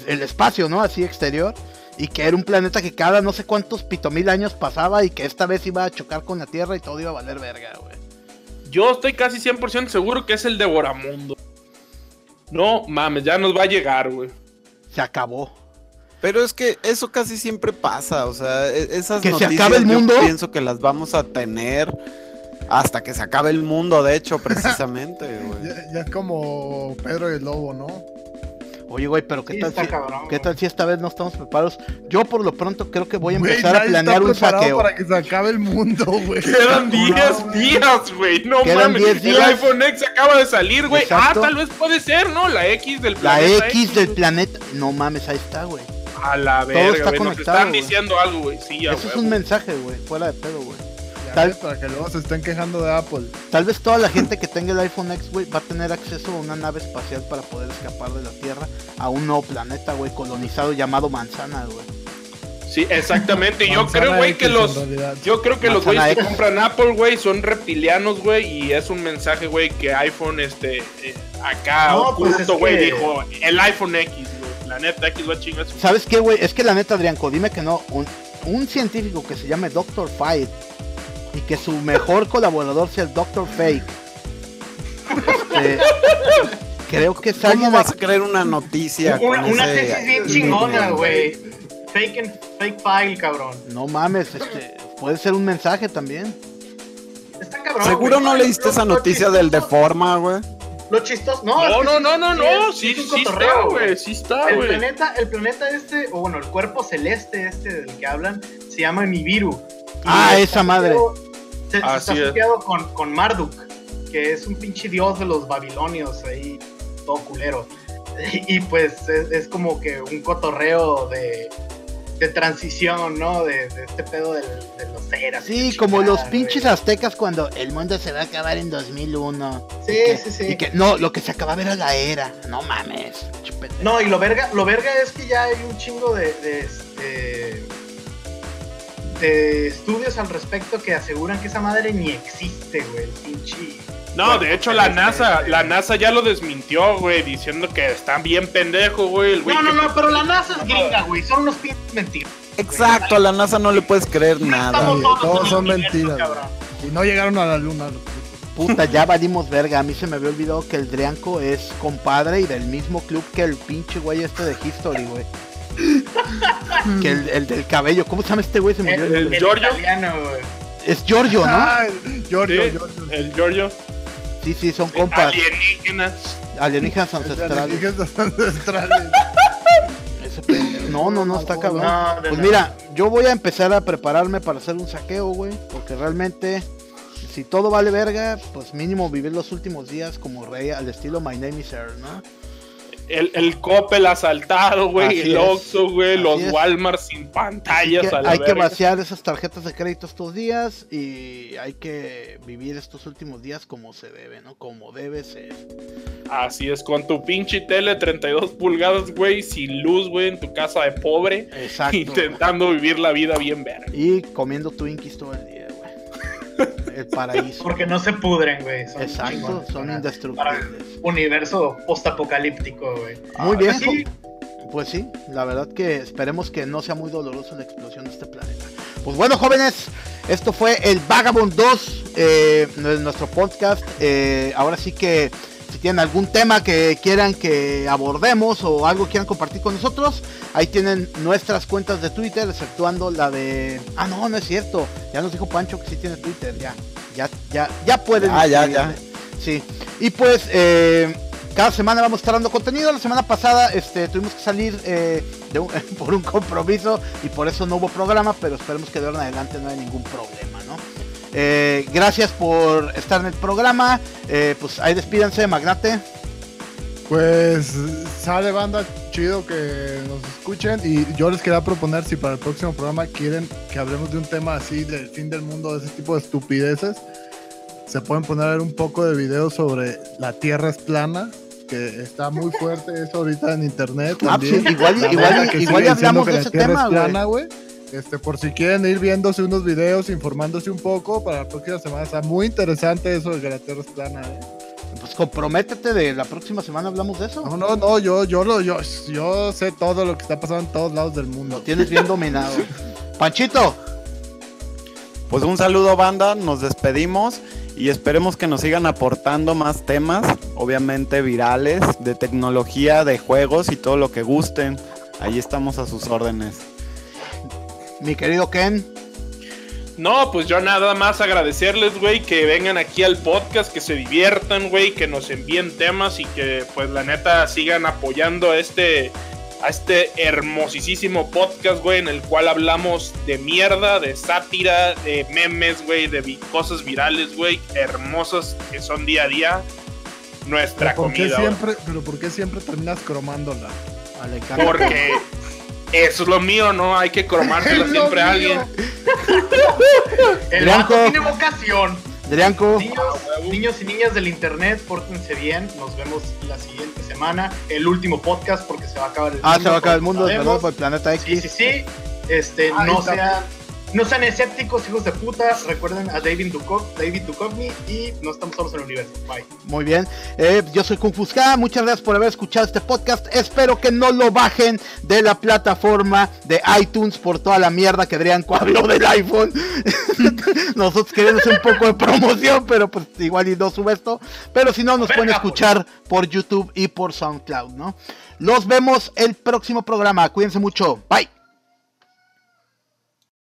Speaker 1: el espacio, ¿no? Así exterior, y que era un planeta que cada no sé cuántos pitomil años pasaba y que esta vez iba a chocar con la Tierra y todo iba a valer verga, güey.
Speaker 4: Yo estoy casi 100% seguro que es el Devoramundo. No mames, ya nos va a llegar, güey.
Speaker 1: Se acabó.
Speaker 2: Pero es que eso casi siempre pasa, o sea, e- esas
Speaker 1: ¿Que se
Speaker 2: noticias
Speaker 1: acabe el
Speaker 2: yo
Speaker 1: mundo?
Speaker 2: pienso que las vamos a tener hasta que se acabe el mundo,
Speaker 1: (laughs)
Speaker 2: de hecho, precisamente, güey.
Speaker 3: Ya, ya es como Pedro y el Lobo, ¿no?
Speaker 1: Oye, güey, pero ¿qué,
Speaker 5: Sí,
Speaker 1: tal
Speaker 5: está
Speaker 1: si,
Speaker 5: cabrón,
Speaker 1: ¿qué
Speaker 5: güey.
Speaker 1: tal si esta vez no estamos preparados? Yo por lo pronto creo que voy a
Speaker 3: Güey,
Speaker 1: empezar
Speaker 3: nadie
Speaker 1: a planear
Speaker 3: está
Speaker 1: un
Speaker 3: preparado
Speaker 1: saqueo.
Speaker 3: para que se acabe el mundo,
Speaker 4: (laughs)
Speaker 3: güey.
Speaker 4: Quedan
Speaker 3: Está
Speaker 4: 10
Speaker 3: curado,
Speaker 4: días, güey. No
Speaker 1: Quedan
Speaker 4: mames.
Speaker 1: 10 días.
Speaker 4: El iPhone X acaba de salir, güey. Ah,
Speaker 1: Exacto.
Speaker 4: tal vez puede ser, ¿no? La X del
Speaker 1: La
Speaker 4: planeta
Speaker 1: X del
Speaker 4: güey.
Speaker 1: planeta. No mames, ahí está, güey.
Speaker 4: A la verga,
Speaker 1: está
Speaker 4: güey. Nos
Speaker 1: conectado,
Speaker 4: están
Speaker 1: güey.
Speaker 4: diciendo algo, güey. Sí, ya,
Speaker 1: Eso es un mensaje, güey. Fuera de pedo, güey.
Speaker 3: güey. Ya
Speaker 1: Tal-
Speaker 3: para que luego se estén quejando de Apple.
Speaker 1: Tal vez toda la gente que tenga el iPhone X, güey, va a tener acceso a una nave espacial para poder escapar de la Tierra a un nuevo planeta, güey, colonizado llamado Manzana, güey.
Speaker 4: Sí, exactamente. Y yo
Speaker 3: Manzana
Speaker 4: creo, güey,
Speaker 3: X,
Speaker 4: que
Speaker 3: en
Speaker 4: los.
Speaker 3: realidad.
Speaker 4: Yo creo que los
Speaker 1: Manzana
Speaker 4: güeyes que
Speaker 1: X.
Speaker 4: compran Apple, güey, son reptilianos, güey, y es un mensaje, güey, que iPhone, este, eh, acá,
Speaker 5: No, pues
Speaker 4: oculto,
Speaker 5: es
Speaker 4: güey,
Speaker 5: que-
Speaker 4: dijo, el iPhone X, güey, planeta X va a chingar su...
Speaker 1: ¿Sabes qué, güey? Es que la neta, Adrianco, dime que no. Un, un científico que se llame Dr. Fight y que su mejor colaborador sea el Dr. Fake. Este, creo que es
Speaker 2: ¿Cómo
Speaker 1: alguien a-
Speaker 2: vas a creer una noticia?
Speaker 5: Una,
Speaker 2: con
Speaker 5: una
Speaker 2: ese-
Speaker 5: tesis bien chingona, güey. Fake, and- fake file, cabrón.
Speaker 1: No mames, este, puede ser un mensaje también.
Speaker 5: Está cabrón.
Speaker 2: Seguro
Speaker 5: güey.
Speaker 2: no leíste
Speaker 5: Lo-
Speaker 2: esa
Speaker 5: lo
Speaker 2: noticia del
Speaker 5: chistoso-
Speaker 2: Deforma, güey.
Speaker 5: Lo chistoso. No,
Speaker 4: No,
Speaker 5: es que
Speaker 4: no, no, no,
Speaker 5: sí
Speaker 4: no,
Speaker 5: es-
Speaker 4: sí,
Speaker 5: es un
Speaker 4: sí
Speaker 5: cotorreo,
Speaker 4: está,
Speaker 5: güey.
Speaker 4: güey, sí está,
Speaker 5: El
Speaker 4: güey.
Speaker 5: planeta, el planeta este, o bueno, el cuerpo celeste este del que hablan, se llama Nibiru. Y
Speaker 1: Ah,
Speaker 5: está
Speaker 1: esa madre.
Speaker 5: asociado- Se, se
Speaker 4: Así es.
Speaker 5: está asociado con, con Marduk, que es un pinche dios de los babilonios ahí, todo culero. Y, y, pues es, es como que un cotorreo de, de transición, ¿no? De, de este pedo del, de los eras.
Speaker 1: Sí,
Speaker 5: la
Speaker 1: como los
Speaker 5: chingada,
Speaker 1: pinches
Speaker 5: güey.
Speaker 1: aztecas cuando el mundo se va a acabar en 2001.
Speaker 5: Sí,
Speaker 1: que-
Speaker 5: sí, sí.
Speaker 1: Y que no, lo que se acababa era la era. No mames.
Speaker 5: No, y lo verga, lo verga es que ya hay un chingo de, de, este, de estudios al respecto que aseguran que esa madre ni existe, güey. el Pinche.
Speaker 4: No, de hecho la
Speaker 5: Este,
Speaker 4: NASA,
Speaker 5: este.
Speaker 4: la NASA ya lo desmintió, güey, diciendo que están bien pendejos, güey. el güey
Speaker 5: No, no,
Speaker 4: que-
Speaker 5: no, pero la NASA es gringa, güey. Son unos pinches mentiras.
Speaker 2: Exacto, a la NASA no le puedes creer nada.
Speaker 5: Estamos
Speaker 3: güey,
Speaker 5: todos
Speaker 3: todos
Speaker 5: en el
Speaker 3: son
Speaker 5: universo,
Speaker 3: mentiras,
Speaker 5: cabrón.
Speaker 3: Y no llegaron a la luna. los putos.
Speaker 1: Puta, ya valimos verga. A mí se me había olvidado que el Drianco es compadre y del mismo club que el pinche güey este de History, güey. que el, el del cabello. ¿Cómo se llama este güey? Se me
Speaker 5: El,
Speaker 1: olvidó el nombre.
Speaker 4: Giorgio?
Speaker 5: italiano, güey.
Speaker 1: Es Giorgio, ¿no?
Speaker 3: Ah, Giorgio,
Speaker 4: Sí.
Speaker 3: Giorgio.
Speaker 4: El Giorgio,
Speaker 1: Sí, sí, son compas.
Speaker 4: alienígenas.
Speaker 1: Alienígenas
Speaker 3: Es de las
Speaker 1: ancestrales.
Speaker 3: hijas ancestrales.
Speaker 1: Ese pendejo. No, no, no, está cabrón.
Speaker 5: No, no,
Speaker 1: Pues
Speaker 5: no.
Speaker 1: mira, yo voy a empezar a prepararme para hacer un saqueo, güey. Porque realmente, si todo vale verga, pues mínimo vivir los últimos días como rey al estilo My Name is Earl, ¿no?
Speaker 4: El, el Coppel asaltado,
Speaker 1: Así
Speaker 4: güey. El
Speaker 1: es.
Speaker 4: Oxxo, güey.
Speaker 1: Así
Speaker 4: Los
Speaker 1: es.
Speaker 4: Walmart sin
Speaker 1: Así
Speaker 4: pantallas.
Speaker 1: que
Speaker 4: a la
Speaker 1: hay que
Speaker 4: verga.
Speaker 1: vaciar esas tarjetas de crédito estos días y hay que vivir estos últimos días como se debe, ¿no? Como debe ser.
Speaker 4: Así es, con tu pinche tele 32 pulgadas, güey. Sin luz, güey. En tu casa de pobre.
Speaker 1: Exacto.
Speaker 4: Intentando vivir la vida bien verga.
Speaker 1: Y comiendo Twinkies todo el día, güey. El paraíso.
Speaker 5: Porque no se pudren, güey. Son
Speaker 1: Exacto,
Speaker 5: chingones,
Speaker 1: son
Speaker 5: para-
Speaker 1: indestructibles.
Speaker 5: Universo postapocalíptico, güey.
Speaker 1: Muy bien,
Speaker 5: Ah, Sí,
Speaker 1: Pues sí, la verdad que esperemos que no sea muy doloroso la explosión de este planeta. Pues bueno, jóvenes, esto fue el Vagabond 2, eh, nu- nuestro podcast. Eh, ahora sí que si tienen algún tema que quieran que abordemos o algo quieran compartir con nosotros, ahí tienen nuestras cuentas de Twitter, exceptuando la de... Ah, no, no es cierto. Ya nos dijo Pancho que sí tiene Twitter, ya. Ya, ya, ya pueden.
Speaker 2: Ah, ya,
Speaker 1: escribirle. Sí. Y pues... eh, cada semana vamos a estar dando contenido. La semana pasada este, tuvimos que salir eh, de un- (laughs) por un compromiso y por eso no hubo programa, pero esperemos que de ahora en adelante no haya ningún problema, ¿no? Eh, gracias por estar en el programa. Eh, pues ahí despídanse, magnate.
Speaker 3: Pues sale banda, chido que nos escuchen y yo les quería proponer si para el próximo programa quieren que hablemos de un tema así del fin del mundo, de ese tipo de estupideces, se pueden poner a ver un poco de videos sobre la Tierra es plana, que está muy fuerte eso ahorita en internet.
Speaker 1: Ah, pues,
Speaker 3: también.
Speaker 1: igual,
Speaker 3: La banda
Speaker 1: igual,
Speaker 3: que
Speaker 1: igual
Speaker 3: sigue
Speaker 1: ya hablamos
Speaker 3: diciendo que
Speaker 1: de
Speaker 3: la
Speaker 1: ese
Speaker 3: Tierra
Speaker 1: tema,
Speaker 3: es
Speaker 1: güey.
Speaker 3: plana, güey. Este, por si quieren ir viéndose unos videos, informándose un poco para la próxima semana. Está muy interesante eso de que la Tierra es plana, eh.
Speaker 1: Pues comprométete de la próxima semana hablamos de eso.
Speaker 3: No, no, no, yo, yo lo, yo, yo sé todo lo que está pasando en todos lados del
Speaker 1: Lo
Speaker 3: mundo.
Speaker 1: tienes bien dominado.
Speaker 5: (laughs)
Speaker 1: Panchito,
Speaker 2: Pues un saludo banda, nos despedimos y esperemos que nos sigan aportando más temas, obviamente virales, de tecnología, de juegos y todo lo que gusten. Ahí estamos a sus órdenes.
Speaker 1: mi querido Ken.
Speaker 4: No, pues yo nada más agradecerles, güey, que vengan aquí al podcast, que se diviertan, güey, que nos envíen temas y que, pues, la neta sigan apoyando a este, a este hermosísimo podcast, güey, en el cual hablamos de mierda, de sátira, de memes, güey, de vi- cosas virales, güey, hermosas que son día a día nuestra
Speaker 3: ¿Por qué
Speaker 4: comida. güey.
Speaker 3: siempre, pero ¿por qué siempre terminas cromándola? (laughs)
Speaker 1: Ah, le encanta.
Speaker 4: Porque Eso es lo mío, ¿no? Hay que cromársela
Speaker 3: Es lo
Speaker 4: siempre
Speaker 3: mío.
Speaker 4: a alguien.
Speaker 5: El
Speaker 1: Blanco.
Speaker 5: vato tiene vocación.
Speaker 1: Adrianco,
Speaker 5: Niños, niños y niñas del internet, pórtense bien. Nos vemos la siguiente semana. El último podcast porque se va a acabar el
Speaker 1: ah, se va a acabar el mundo,
Speaker 5: como
Speaker 1: perdón,
Speaker 5: sabemos.
Speaker 1: por el planeta X.
Speaker 5: Sí, sí, sí. Este,
Speaker 3: Ahí
Speaker 5: no
Speaker 3: está.
Speaker 5: sean. No sean escépticos, hijos de puta. Recuerden a David Ducov, David Duchovny y no estamos solos en el universo. Bye.
Speaker 1: Muy bien. Eh, yo soy Kung Fusca. Muchas gracias por haber escuchado este podcast. Espero que no lo bajen de la plataforma de iTunes por toda la mierda que Adrián (laughs) habló del iPhone. Nosotros queremos un poco de promoción, pero pues igual y no sube esto. Pero si no, nos pueden
Speaker 5: Verga,
Speaker 1: escuchar por YouTube y por SoundCloud, ¿no? Los vemos el próximo programa. Cuídense mucho. Bye.